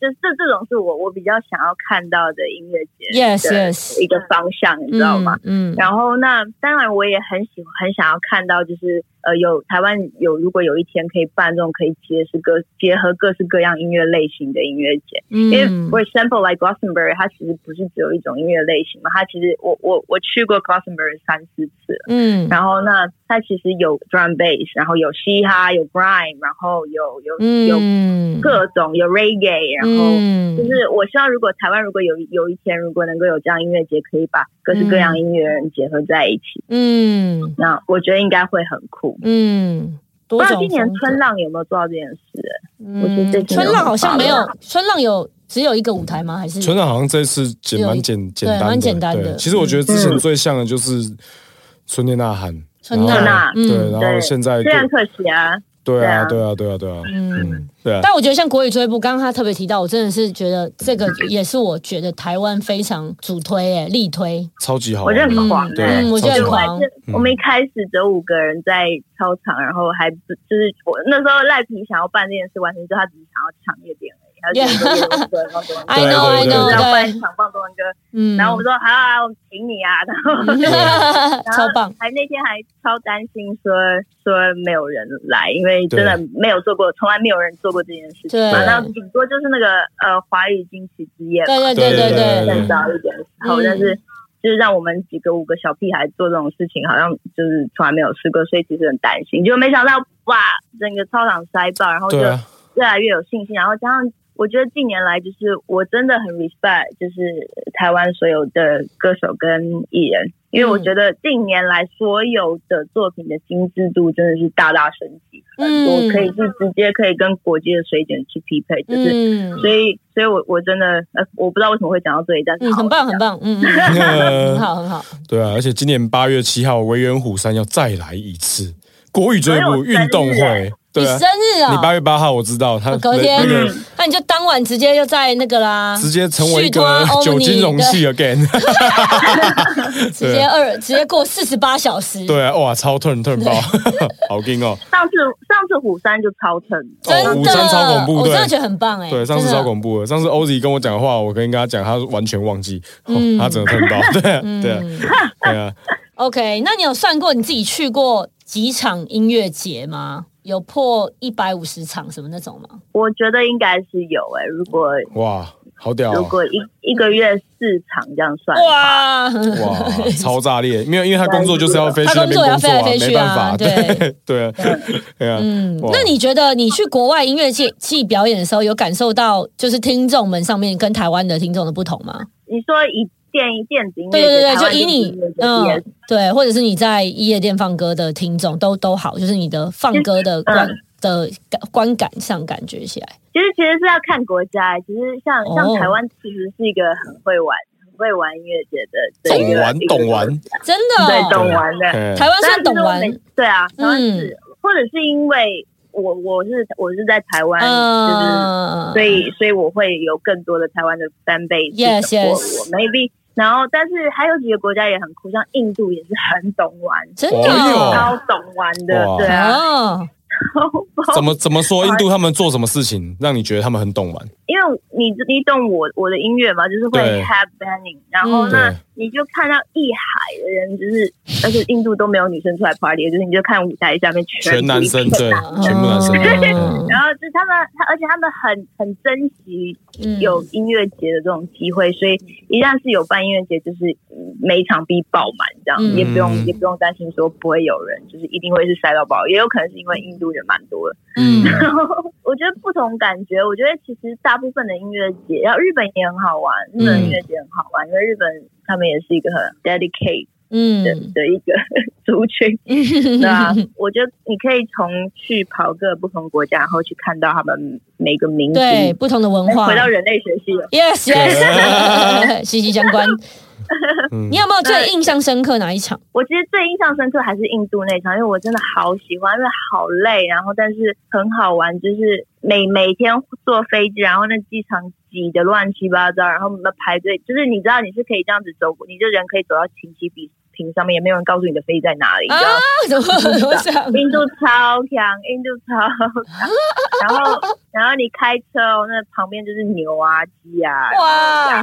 就是这这种是我我比较想要看到的音乐节，Yes 的 Yes，一个方向，你知道吗？？嗯，嗯然后那当然我也很喜欢很想要看到，就是呃有台湾有如果有一天可以办这种可以结是各结合各式各样音乐类型的音乐节，因为嗯 for example like Glastonbury 它其实不是只有一种音乐类型嘛，它其实我我我去过 Glastonbury 三四次了，嗯然后那它其实有 drum bass，然后有嘻哈，有 grime，然后有有有嗯，各种有 reggae，然后。嗯就是我希望，如果台湾如果有一有一天，如果能够有这样音乐节，可以把各式各样音乐人结合在一起，嗯那我觉得应该会很酷。嗯，不多知道种今年风格春，浪有没有做到这件事、我觉得嗯这几年春浪好像没有很棒，春浪有只有一个舞台吗？还是村长好像这次简嗯只有一蛮简简单的，蛮简单的对其实我觉得之嗯前最像的就是春天呐喊，春然后浪？对，然嗯后对现在虽然可惜啊，对啊，对对啊，对啊，对啊，嗯。对啊，但我觉得像国语追捕，刚刚他特别提到，我真的是觉得这个也是我觉得台湾非常主推诶、力推。超级好我玩觉的，得很狂对哎、啊，嗯我超觉得级好很我玩狂还是嗯我们一开始只有五个人在操场，然后还不就是我那时候赖皮想要办这件事，完全就他只是想要抢夜店而已，他就说 Yeah 夜店歌放中文歌 I know, I 对对 know，对然后办对，场放中文歌，嗯，然后我们说好啊，好我们请你啊，然后 超棒，还那天还超担心说说没有人来，因为真的对没有做过，从来没有人做过这件事情嘛。对那顶多就是那个呃华语金曲之夜嘛，对对对对对对对对，更早一点的时候，嗯但是就是让我们几个五个小屁孩做这种事情，好像就是从来没有试过，所以其实很担心。就没想到哇，整个操场塞爆，然后就对啊，越来越有信心，然后加上。我觉得近年来就是我真的很 respect，就是台湾所有的歌手跟艺人，因为我嗯觉得近年来所有的作品的精致度真的是大大升级，嗯我可以是直接可以跟国际的水准去匹配，就是嗯所以，所以我我真的呃，我不知道为什么会讲到这里，但是嗯，好很棒很棒，嗯嗯，嗯很 好很好，对啊，而且今年八月七号，维园虎山要再来一次国语追捕运动我有生会，你对啊生，日啊你？八月八号我知道，他我隔天那个嗯那你就当晚直接就在那个啦，直接成为一续托个啊欧酒尼精容器 again， 直接二直接过四十八小时，对啊，哇，超 turn turn 爆， 好劲哦，上次上次虎山就超疼，真哦的，午餐超恐怖我对真的觉得很棒哎，对，上次真的超恐怖的，上次 Oz 跟我讲的话，我跟跟他讲，他完全忘记，哦嗯他整个 turn 爆，对啊对啊对啊， OK，那你有算过你自己去过几场音乐节吗？有破一百五十场什么那种吗？我觉得应该是有哎、如果哇，好屌如哦。果一一个月四场这样算，哇，哇，超炸裂！没有，因为他工作就是要飞去他那工边工作作要啊，飞来飞没去啊办法，对对啊， 对啊， 嗯，哇那你觉得你去国外音乐界去表演的时候，有感受到就是听众们上面跟台湾的听众的不同吗？你说以电音电子音乐节，对对对，台就湾以电子你音乐节嗯 yes，对，或者是你在夜店放歌的听众都都好，就是你的放歌嗯的观、的感观感上感觉起来，其实其实是要看国家，其实像像哦台湾其实是一个很会玩、很会玩音乐节的，的一懂个玩一懂个玩，真的对哦、懂玩的，嗯台湾但算是懂我玩，嗯每对啊，台湾是，或者是因为我我是我是在台湾，就是嗯，所以所以我会有更多的台湾的 fan base Yes, support yes 我 maybe，然后但是还有几个国家也很酷，像印度也是很懂玩，真的哦哦超懂玩的，哇对啊，哦，怎么怎么说？印度他们做什么事情让你觉得他们很懂玩？因为你你懂我我的音乐嘛，就是会对 have banning，然后嗯那对你就看到一海的人，就是而且印度都没有女生出来 party，就是你就看舞台下面全全部男一生，片对男，全部男生，对嗯然后就是他们，他而且他们很很珍惜嗯 有音乐节的这种机会，所以一旦是有办音乐节，就是嗯每一场必爆满，这样、嗯也不用也不用担心说不会有人，就是一定会是塞到爆，也有可能是因为印度人蛮多的。嗯然后 我觉得不同感觉，我觉得其实大部分的音乐节，然后日本也很好玩，日嗯本音乐节很好玩，因为日本他们也是一个很 dedicate 的、嗯的一个 族 群，嗯，那我觉得你可以从去跑各不同国家，然后去看到他们每个民族。对不同的文化回到人类学系了， ，yes yes，息息 相关。嗯你有没有最印象深刻哪一 场？我其实最印象深刻还是印度那场，因为我真的好喜欢，因为好累，然后但是很好玩，就是每每天坐飞机，然后那机场挤得乱七八糟，然后那排队，就是你知道你是可以这样子走，你这人可以走到停机坪坪上面，也没有人告诉你的飞机在哪里，你知道吗啊，怎么怎么这样？印度超强，印度超强。然后，然后你开车哦，那旁边就是牛啊、鸡啊，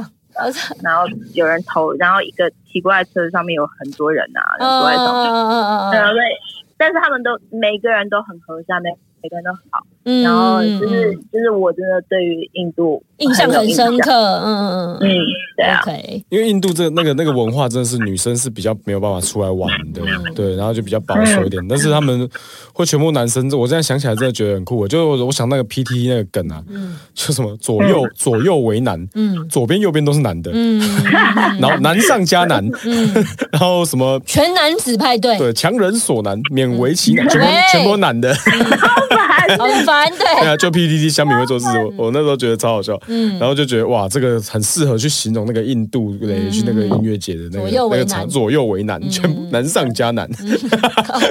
哇，好惨然后有人投，然后一个奇怪的车上面有很多人啊，嗯然后坐在上面。嗯然后对，啊但是他们都每个人都很和善，每每个人都很好。嗯然后就是嗯嗯就是我真的对于印度印象有很印深象刻，嗯嗯嗯嗯，对啊， ，OK，因为印度这个那个那个文化真的是女生是比较没有办法出来玩的，嗯对，然后就比较保守一点。但是他们会全部男生，我现在想起来真的觉得很酷。我就我我想那个 PT 那个梗啊，嗯就什么左右左右为难，嗯左边右边都是男的，嗯嗯然后难上加难，嗯， 然后什么全男子派对，嗯对强人所难，勉为其难，全部喂全部都男的。好烦， 对，对啊，就 PPT 相比会做事，我我那时候觉得超好笑，嗯然后就觉得哇，这个很适合去形容那个印度嘞，去那个音乐节的那左个右那为个难嗯场左右为难，全部难上加难，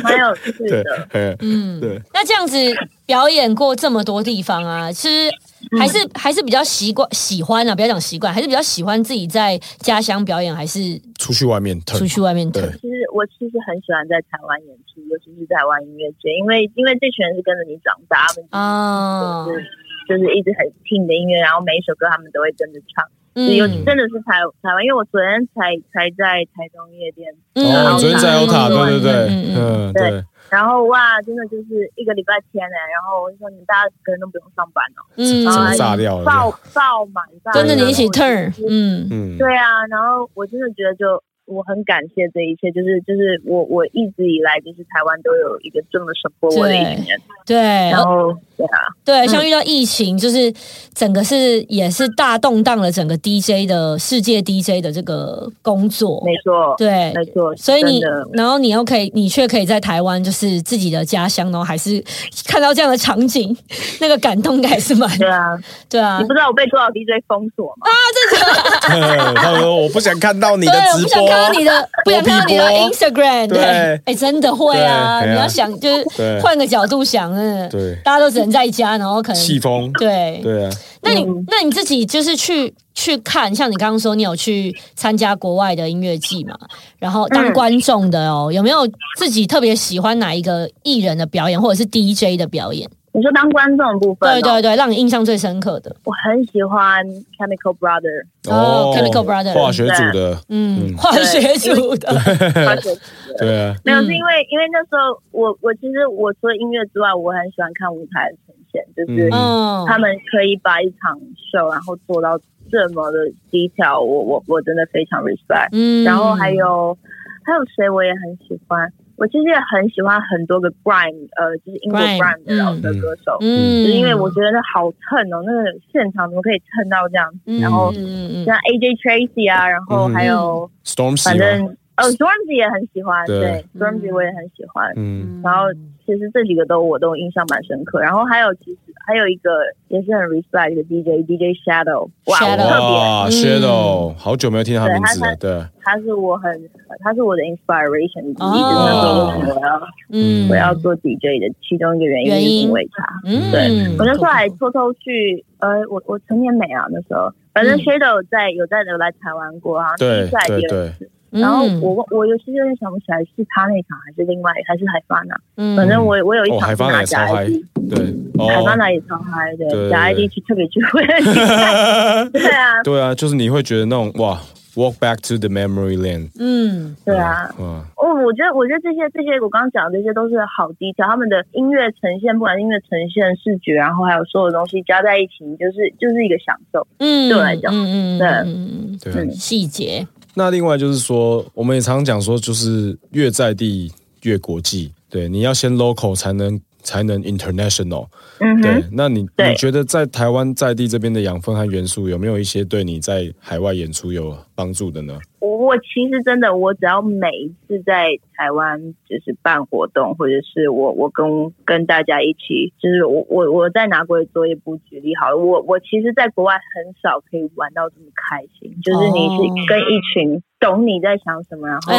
蛮有趣对的。，哎嗯，对。那这样子表演过这么多地方啊，其实嗯还是、还是比较习惯喜欢啊，不要讲习惯，还是比较喜欢自己在家乡表演，还是出去外面腾出，去外面对跳？其实我其实很喜欢在台湾演出，尤其是台湾音乐节，因为因为这群人是跟着你长大，他们啊，就是、就是一直很听你的音乐，然后每一首歌他们都会跟着唱。嗯尤其真的是台台湾，因为我昨天才才在台中夜店，哦，你昨天在嗯 OTA，对对对，嗯嗯嗯对，然后哇，真的就是一个礼拜天呢、欸然后我就说你们大家个人都不用上班哦，整嗯个嗯炸掉爆了，爆满，爆满跟着你一起我就 turn，嗯嗯，对啊，然后我真的觉得就我很感谢这一切，就是就是我我一直以来就是台湾都有一个这么 support 我的一群人，对，然后对啊，嗯对，像遇到疫情，就是整个是也是大动荡了整个 DJ 的世界 DJ 的这个工作，没错，对，没错，所以你真的，然后你又可以，你却可以在台湾，就是自己的家乡，然后还是看到这样的场景，那个感动应该还是蛮对啊，对啊你不。知道我被多少 DJ 封锁吗？他们说我不想看到你对啊的，我直不想播，看到你的，不想看到你的播 Instagram。对哎，真的会啊！对哎呀你要想，就是对换个角度想，嗯，对大家都只能在家，然后可能气风，对。对啊，那你嗯那你自己就是去去看，像你刚刚说你有去参加国外的音乐季嘛，然后当嗯观众的哦，有没有自己特别喜欢哪一个艺人的表演，或者是 DJ 的表演？你说当观众的部分、哦对对，对，让你印象最深刻的，我很喜欢 Chemical Brother 哦 Chemical Brother 化学组的，嗯，嗯化学组的，化 学组的对啊，没有，嗯是因为因为那时候我我其实我除了音乐之外，我很喜欢看舞台的呈现，就是嗯嗯，他们可以把一场秀然后做到这么的低调，我我我真的非常 respect。嗯然后还有还有谁我也很喜欢，我其实也很喜欢很多个 grime，呃，就是英国 Grime， grime 的饶舌嗯歌手，嗯，就是因为我觉得那好蹭哦，那个现场怎么可以蹭到这样？嗯，然后嗯嗯嗯像 AJ Tracy 啊，然后还有 Stormzy 反正吗？呃 Stormzy 也很喜欢，对对嗯 Stormzy 我也很喜欢。嗯，然后其实这几个都我都印象蛮深刻。然后还有其实还有一个也是很 respect 一个 DJ DJ Shadow，哇， Shadow 我特别，哇嗯，Shadow，好久没有听到他对名字他了，对，他是我很他是我的 inspiration，一直哦那时候为什么我要嗯我要做 DJ 的其中一个原因原是因因为他。嗯，对我那时过候还偷偷去，呃，我我成年美啊那时候，反正嗯 Shadow 在有在有来台湾过，然后第一对次还对第二对次。然后，过我忘我有其实有点想不起来是他那场还是另外还是海发呢，嗯反正我我有一哦，场海是发拿奶假超嗨 ID，，对，海发哦，奶也超嗨的对，假对 ID 去特别聚 会，对啊，对啊，就是你会觉得那种哇，Walk back to the memory lane，嗯对啊。哇，哦，我觉得，我觉得这些这些我刚刚讲的这些都是好低调，他们的音乐呈现，不管是音乐呈现、视觉，然后还有所有东西加在一起，就是就是一个享受。嗯，对我来讲嗯嗯对嗯嗯对啊嗯嗯，细节，那另外就是说，我们也常讲说，就是越在地越国际，对，你要先 local 才能才能 international，嗯对。哼，那你对你觉得在台湾在地这边的养分和元素，有没有一些对你在海外演出有帮助的呢？我我其实真的，我只要每一次在台湾就是办活动，或者是我我跟跟大家一起，就是我我我再拿过作业簿举例好了，我我其实在国外很少可以玩到这么开心，就是你哦是跟一群懂你在想什么，然后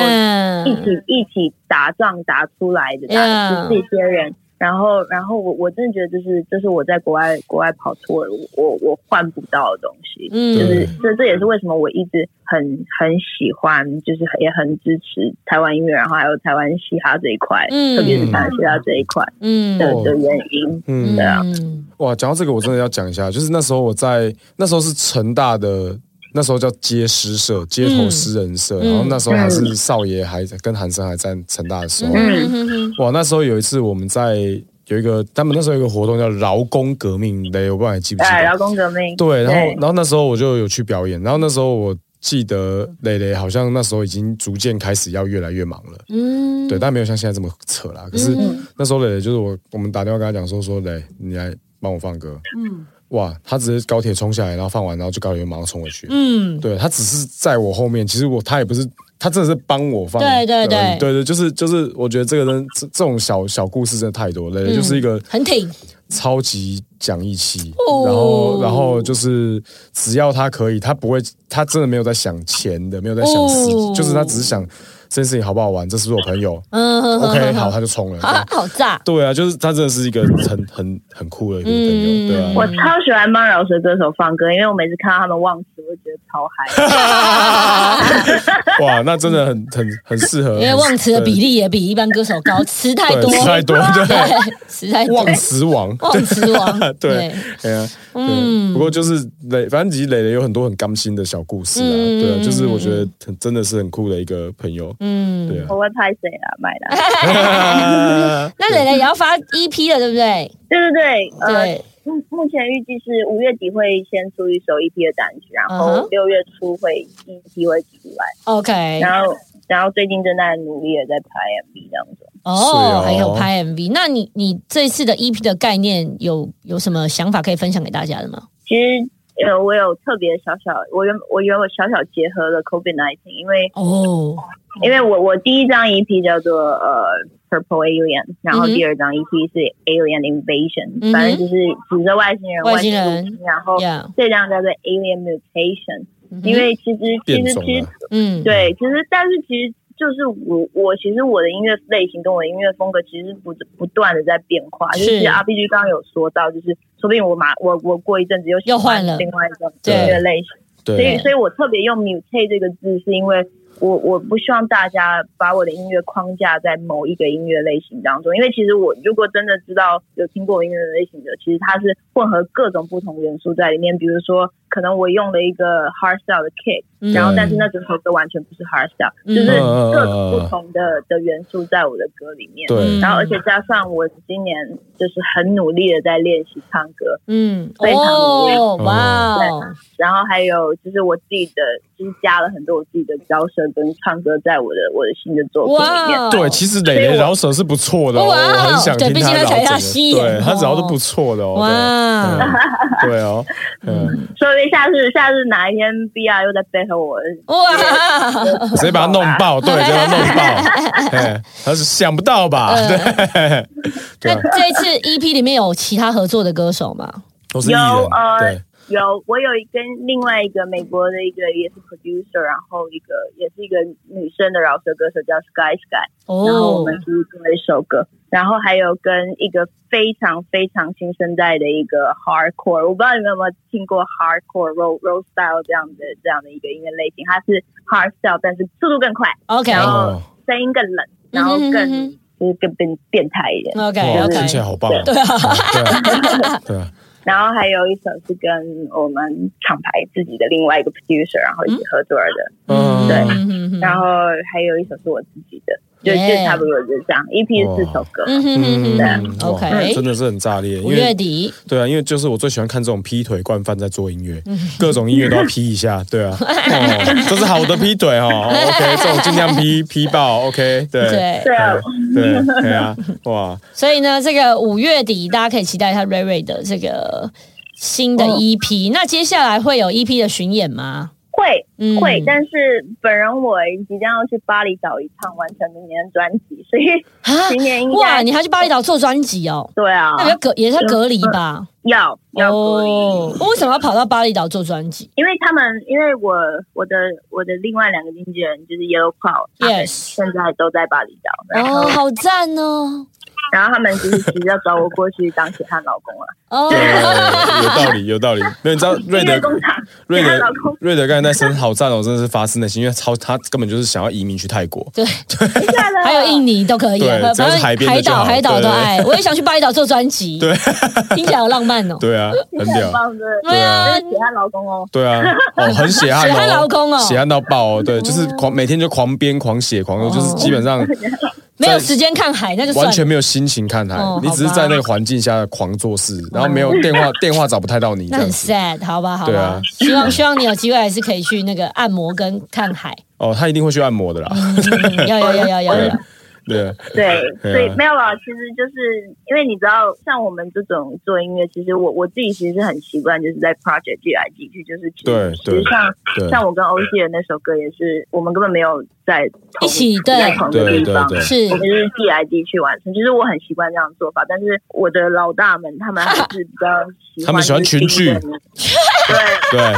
一嗯，起一起打仗打出来的，打 Yeah 就是这些人。然后，然后我我真的觉得这是这是我在国外国外跑错了，我我换不到的东西。嗯就是对这这也是为什么我一直很很喜欢，就是也很支持台湾音乐，然后还有台湾嘻哈这一块，嗯特别是台湾嘻哈这一块嗯的哦的原因。嗯，啊对啊嗯哇，讲到这个，我真的要讲一下，就是那时候我在那时候是成大的，那时候叫街诗社，街头诗人社，嗯然后那时候还是少爷还跟韩生还在成大的时候，嗯嗯嗯哇，那时候有一次我们在有一个，他们那时候有一个活动叫劳工革命的，我不知道你记不记哎，得劳。工革命，对，然后嗯然后那时候我就有去表演，然后那时候我记得蕾蕾好像那时候已经逐渐开始要越来越忙了，嗯，对，但没有像现在这么扯啦。可是嗯那时候蕾蕾就是我，我们打电话跟她讲说说蕾，你来帮我放歌，嗯哇，她直接高铁冲下来，然后放完，然后就高铁马上冲回去，嗯，对他只是在我后面，其实我他也不是，他真的是帮我放。对对对呃对对，就是就是，我觉得这个人这这种小小故事真的太多了，嗯就是一个很挺，超级讲义气，哦然后然后就是只要他可以，他不会，他真的没有在想钱的，没有在想事，哦就是他只是想这件事情好不好玩，这是不是我朋友、嗯 o k 好，，他就冲了。好对好炸，对啊，就是他真的是一个很很很酷的一个朋友，嗯对啊。我超喜欢帮饶舌歌手放歌，因为我每次看到他们忘词，我就觉得超嗨。 哇，那真的很很很适合，因为忘词的比例例也比一般歌手高，词太对多，词太多，对。 对，词太多忘，词 王，，忘词王对， 哎呀，嗯，嗯不过就是磊，反正其实磊磊有很多很甘心的小故事啊，嗯对啊，就是我觉得很真的是很酷的一个朋友，嗯，对啊 我会拍谁啊？买啦！嗯 那蕾蕾也要发 EP 了，对不对？对对对，呃，对，目目前预计是五月底会先出一首 EP 的单曲，然嗯后哼哎六月初会 E EP 会出来， OK，呃然后然后最近正在努力的在拍 MV 这样子。是哦哦，还有拍 MV。那你你这次的 EP 的概念有有什么想法可以分享给大家的吗？其实呃，我有特别小小，我原我原本小小结合了 COVID nineteen，因为哦，因为我我第一张 EP 叫做呃 Purple Alien，然后嗯哼第二张 EP 是 Alien Invasion，、嗯哼反正就是指着外星人外星人入侵然后 Yeah 这张叫做 Alien Mutation，、嗯哼哦因为其实其变实种啊其实了，嗯，对，其实但是其实就是我我其实我的音乐类型跟我的音乐风格其实不不断的在变化，是就是 RPG 刚刚有说到，就是说不定我马我我过一阵子又喜又欢换了另外一种对音乐类型，所以对，所以我特别用 mutate 这个字，是因为我我不希望大家把我的音乐框架在某一个音乐类型当中，因为其实我如果真的知道有听过我音乐类型的，其实它是混合各种不同元素在里面，比如说可能我用了一个 hard style 的 kick。嗯然后但是那整首歌完全不是 hard style，、嗯就是嗯各种不同的的元素在我的歌里面。对嗯然后而且加上我今年就是很努力的在练习唱歌，嗯，非常哦，厉害哇哦，然后还有就是我自己的，就是加了很多我自己的饶舌跟唱歌在我的我的新的作品里面。哇，对，其实磊所磊以我饶舌是不错的哦，哦哇哦我很想对听毕竟他他饶才他整吸个，引对他饶的哦不错的哦，哇对，嗯对哦，嗯，说不定下次下次哪一天 B R 又在背后我，哇，直接把他弄爆，对，直接把他弄爆，哎，他是想不到吧？呃对，对那啊，这一次 EP 里面有其他合作的歌手吗？都是艺人有，呃对，有我有一跟另外一个美国的一个也是 producer，然后一个也是一个女生的饶舌歌手叫 Sky Sky，然后我哦，们是做了一首歌，然后还有跟一个非常非常新生代的一个 hardcore，我不知道你们有没有听过 hardcore roll roll style 这样的这样的一个音乐类型，它是 hard style，但是速度更快， OK 然后哦，声音更冷，然后嗯哼更、嗯就是更变变态一点。 OK 哇，听 OK，起来好棒哦，对啊，对啊，然后还有一首是跟我们厂牌自己的另外一个 producer，然后一起合作的，嗯，对嗯然后还有一首是我自己的，就就 Yeah 差不多就是这样，EP 是四首歌。嗯哼哼嗯哼哇那真，OK，的是很炸裂，因五为月底，对啊，因为就是我最喜欢看这种劈腿惯犯在做音乐，各种音乐都要劈一下，对啊，哦，这是好的劈腿哦，OK，这种尽量劈劈爆，OK，对对对啊，对对啊，哇，所以呢，这个五月底大家可以期待一下瑞瑞的这个新的哦 EP。那接下来会有 EP 的巡演吗？会嗯会，但是本人我即将要去巴厘岛一趟，完成明年的专辑，所以啊今年应哇，该你还去巴厘岛做专辑哦？对啊那，要隔也是要隔离吧？要要隔离哦，为什么要跑到巴厘岛做专辑因为他们，因为我我的我的另外两个经纪人就是 Yellow Cloud，他们？Yes，现在都在巴厘岛，然后哦，好赞哦，然后他们就是急着找我过去当血汗老公 了，哦对，，有道理有道理，没有你知道瑞音乐德工厂瑞血汗德老公，瑞德刚才那声好赞哦，真的是发自内心，因为超他根本就是想要移民去泰国，对，下了还有印尼都可以，啊对反只要正是海边海的就岛好海岛都对对对爱。我也想去巴厘岛做专辑，对， 听起来好浪漫哦。对啊，很很 屌。棒的，对啊这是血汗老公哦，对啊，哦，很血汗、哦， 血汗劳工哦嗯血汗到爆哦，对，就是狂每天就狂编狂写狂，哦就是基本 上没有在时间看海，那就完算了。全没有心情看海哦，你只是好吧在那个环境下狂做事，然后没有电话， 电话找不太到你，这那样很子。 sad，好吧，好吧。对啊希望希望你有机会还是可以去那个按摩跟看海。哦，他一定会去按摩的啦，嗯要要要要要要。对，对，对啊所以没有啊，其实就是因为你知道，像我们这种做音乐，其实我我自己其实很习惯，就是在 project 寄来寄去，就是其对实其实对像对，像我跟欧希的那首歌也是，我们根本没有在同一起对在同一个对地对方。对，是我们就是寄来寄去完成，其实我很习惯这样做法，但是我的老大们他们还是比较喜欢，他们喜欢群聚对对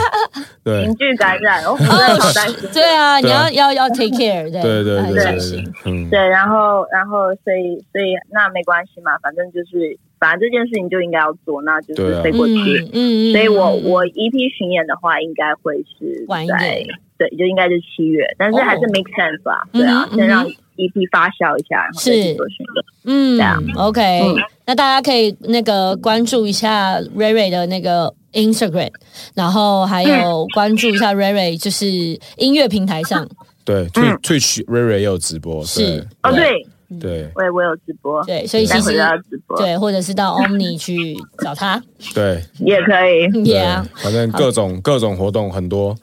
对 群聚感染，我真的好担心。对啊，你对要啊要要 take care，对哎对对对很对小对心对，嗯，对，然后然后所以所以那没关系嘛，反正就是反正这件事情就应该要做，那就对啊是飞过去。嗯嗯嗯所以我嗯我 EP 巡演的话，应该会是晚一在点对，就应该是七月，但是还是哦 make sense 吧，对啊嗯，哼先让嗯 EP 发酵一下，然后再是去做巡演。嗯对啊，OK，嗯那大家可以那个关注一下瑞瑞的那个 Instagram，然后还嗯有关注一下瑞瑞就是音乐平台上，对，Twitch Twitch Ray Ray 也有直播，是哦，对，对我我有直播，对，所以待其会实就要直播，对，或者是到 Omni 去找 他对也可以。对，Yeah， 反正各种各种活动很多。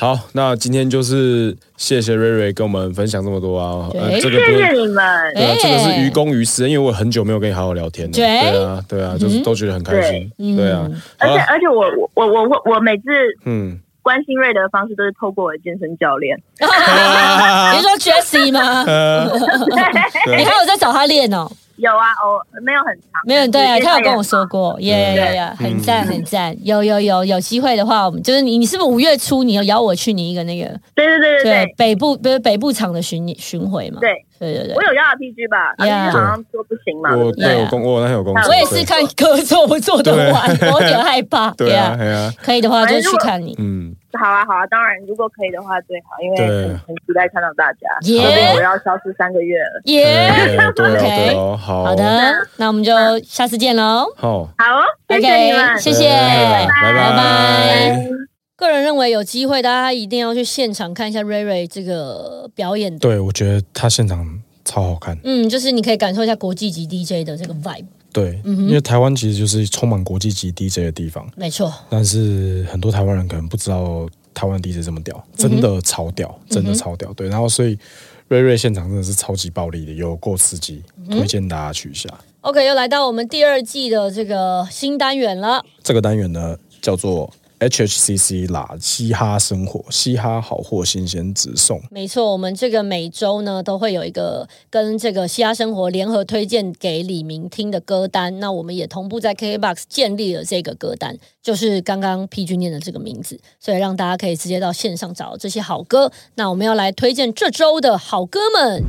好，那今天就是谢谢瑞瑞跟我们分享这么多啊，对呃，这个不谢是谢你们，对啊，哎这个是于公于私，因为我很久没有跟你好好聊天了。对嗯对啊，对啊，就是都觉得很开心。对对啊嗯，而好且啊，而且我我我我我每次嗯，关心瑞德的方式都是透过我的健身教练， 你啊是说 Jessie 吗？啊嗯 呃，你 对还有在找他练哦？有啊，哦，没有很长，没有，对啊，因为他有也跟我说过，耶耶耶，很赞很赞，有有有有机会的话，我们就是你，你是不是五月初你有邀我去你一个那个对对对对对对，北部不是北部场的巡巡回嘛？对对对对我，有要 PG 吧 Yeah ，PG 好像说不行嘛，我对不对对我工我那天有工作，我也是看歌做不做得完，我有点害怕。 对对啊， Yeah，对啊，可以的话就去看你。嗯，好啊好啊，当然如果可以的话最好，因为对很很期待看到大家， Yeah 说不定我要消失三个月了，耶，对对哦 OK 对哦，好，好的， 那我们就下次见喽。好，哎好哦，谢谢你们 OK，，谢谢，拜拜拜拜。个人认为有机会，大家一定要去现场看一下瑞瑞这个表演的。对，我觉得他现场超好看。嗯，就是你可以感受一下国际级 DJ 的这个 vibe。对，因为台湾其实就是充满国际级 DJ 的地方，没错，但是很多台湾人可能不知道台湾 DJ 这么屌，真的超屌，真的超屌。对，然后所以瑞瑞现场真的是超级暴力的，有够刺激，推荐大家去一下。 OK，又来到我们第二季的这个新单元了。这个单元呢叫做 HHCC 啦，嘻哈生活，嘻哈好货新鲜直送。没错，我们这个每周呢都会有一个跟这个嘻哈生活联合推荐给李明听的歌单。那我们也同步在 KKBOX 建立了这个歌单，就是刚刚 P 君念的这个名字，所以让大家可以直接到线上找这些好歌。那我们要来推荐这周的好歌们。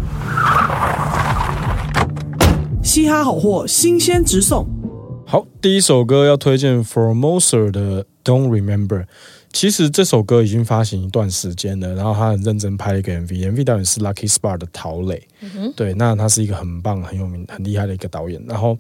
嘻哈好货新鲜直送。好，第一首歌要推荐 Formosa 的《Don't Remember》。其实这首歌已经发行一段时间了，然后他很认真拍了一个 MV，MV 导演是 Lucky Spa 的陶磊。对，那他是一个很棒、很有名、很厉害的一个导演。然后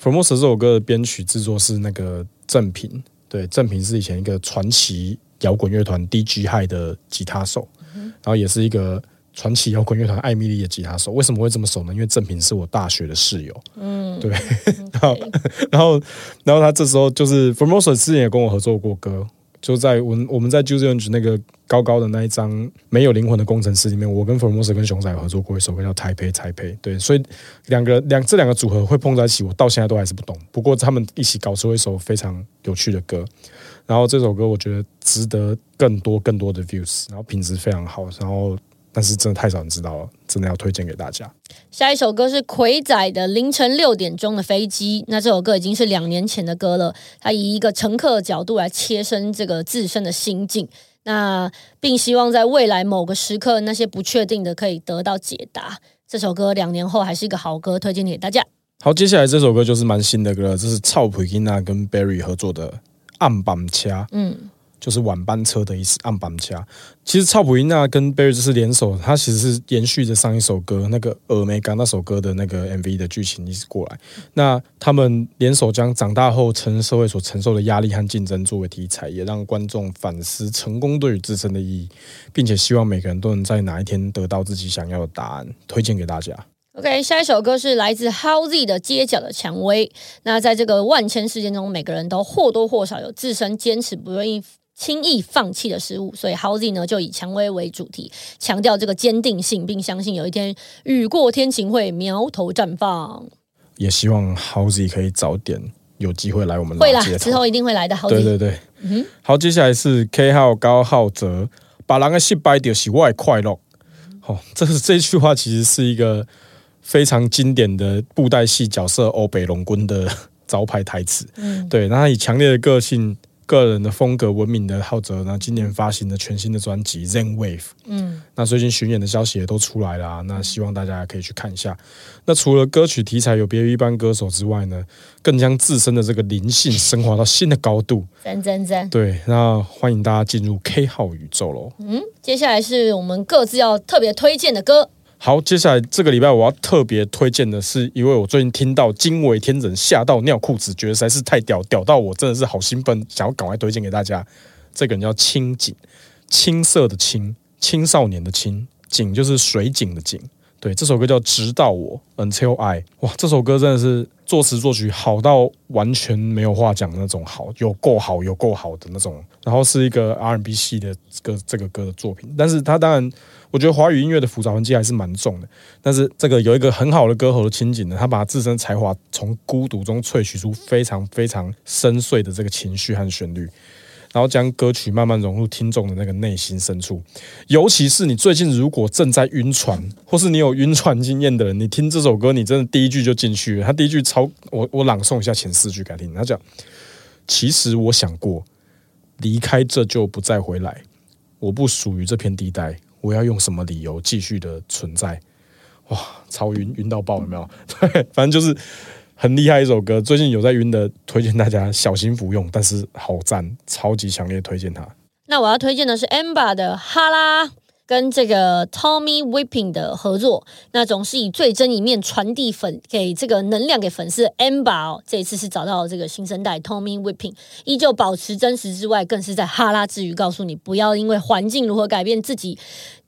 Formosa 这首歌的编曲制作是那个郑平，对，郑平是以前一个传奇摇滚乐团 DG High 的吉他手，然后也是一个传奇摇滚乐团艾米丽的吉他手。为什么会这么熟呢？因为郑平是我大学的室友，嗯，对， 然后然后然后他这时候就是 Formosa 之前也跟我合作过歌。就在我们我们在 j u z i o n 那个高高的那一张没有灵魂的工程师里面，我跟 Formosa 跟熊仔有合作过一首歌叫《台北台北》，对，所以两个两这两个组合会碰在一起，我到现在都还是不懂。不过他们一起搞出一首非常有趣的歌，然后这首歌我觉得值得更多更多的 views，然后品质非常好，然后但是真的太少人知道了，真的要推荐给大家。下一首歌是葵仔的《凌晨六点钟的飞机》，那这首歌已经是两年前的歌了。他以一个乘客的角度来切身这个自身的心境，那并希望在未来某个时刻，那些不确定的可以得到解答。这首歌两年后还是一个好歌，推荐给大家。好，接下来这首歌就是蛮新的歌了，这是超普金娜跟 Barry 合作的《暗板掐》，嗯，就是晚班车的意思。暗板掐，其实超普金娜跟 Barry 这是联手，它其实是延续着上一首歌那个《峨眉港》那首歌的那个 MV 的剧情一直过来。那他们联手将长大后成社会所承受的压力和竞争作为题材，也让观众反思成功对于自身的意义，并且希望每个人都能在哪一天得到自己想要的答案。推荐给大家。 OK，下一首歌是来自 Howzy 的《街角的蔷薇》。那在这个万千世界中，每个人都或多或少有自身坚持、不愿意轻易放弃的事物，所以 Howzy 呢就以蔷薇为主题，强调这个坚定性，并相信有一天雨过天晴会苗头绽放。也希望 Howzy 可以早点有机会来我们会啦老街，头之后一定会来的。Howzy，对对对，嗯好，接下来是 K 号高浩哲，把人的失败就是我的快乐。好、哦，这是这句话其实是一个非常经典的布袋戏角色欧北龙君的招牌台词。嗯，对，那他以强烈的个性、个人的风格闻名的浩哲呢，今年发行了全新的专辑《Zen Wave》。嗯，那最近巡演的消息也都出来啦、那希望大家可以去看一下。那除了歌曲题材有别于一般歌手之外呢，更将自身的这个灵性升华到新的高度。赞赞赞。对，那欢迎大家进入 K 号宇宙喽。嗯，接下来是我们各自要特别推荐的歌。好，接下来这个礼拜我要特别推荐的是一位我最近听到惊为天人，吓到尿裤子，觉得实在是太屌，屌到我真的是好兴奋，想要赶快推荐给大家。这个人叫青井，青色的青，青少年的青，井就是水井的井。对，这首歌叫《直到我嗯 Until I》。哇，这首歌真的是作词作曲好到完全没有话讲的那种好，有够好，有够好的那种。然后是一个 R&B 系的这个这个歌的作品，但是它当然，我觉得华语音乐的复杂痕迹还是蛮重的。但是这个有一个很好的歌喉的情景呢，他把自身才华从孤独中萃取出非常非常深邃的这个情绪和旋律，然后将歌曲慢慢融入听众的那个内心深处。尤其是你最近如果正在晕船，或是你有晕船经验的人，你听这首歌，你真的第一句就进去了。他第一句超我我朗诵一下前四句给他听，他讲：其实我想过离开这就不再回来，我不属于这片地带，我要用什么理由继续的存在？哇，超晕晕到爆，有没有？ 对，反正就是很厉害一首歌。最近有在晕的，推荐大家小心服用，但是好赞，超级强烈推荐它。那我要推荐的是 Amber 的《哈啦》。跟这个 Tommy Whipping 的合作，那总是以最真一面传递粉给这个能量给粉丝 Amber，、哦、这一次是找到这个新生代 Tommy Whipping，依旧保持真实之外，更是在哈拉之余告诉你，不要因为环境如何改变自己，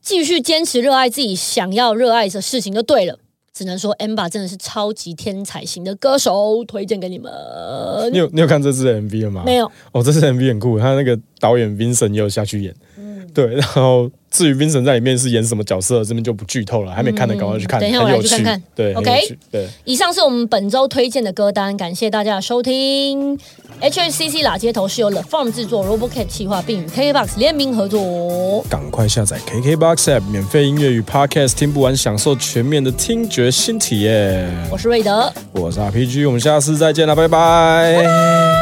继续坚持热爱自己想要热爱的事情就对了。只能说 Amber 真的是超级天才型的歌手，哦推荐给你们。你有你有看这支的 MV 了吗？嗯没有，哦，这支 MV 很酷，他那个导演 Vincent 也有下去演，嗯对。然后至于 Vincent 在里面是演什么角色，这边就不剧透了，还没看的赶快去看，嗯等一下很我来有去趣，看看对很 OK 有趣对。以上是我们本周推荐的歌单，感谢大家的收听。HHCC 拉街头是由 The Farm 制作，RoboCat 企划，并与 KKBox 联名合作。哦赶快下载 KKBOX App 免费音乐与 Podcast，听不完享受全面的听觉新体验。我是瑞德。我是 RPG，我们下次再见了，拜拜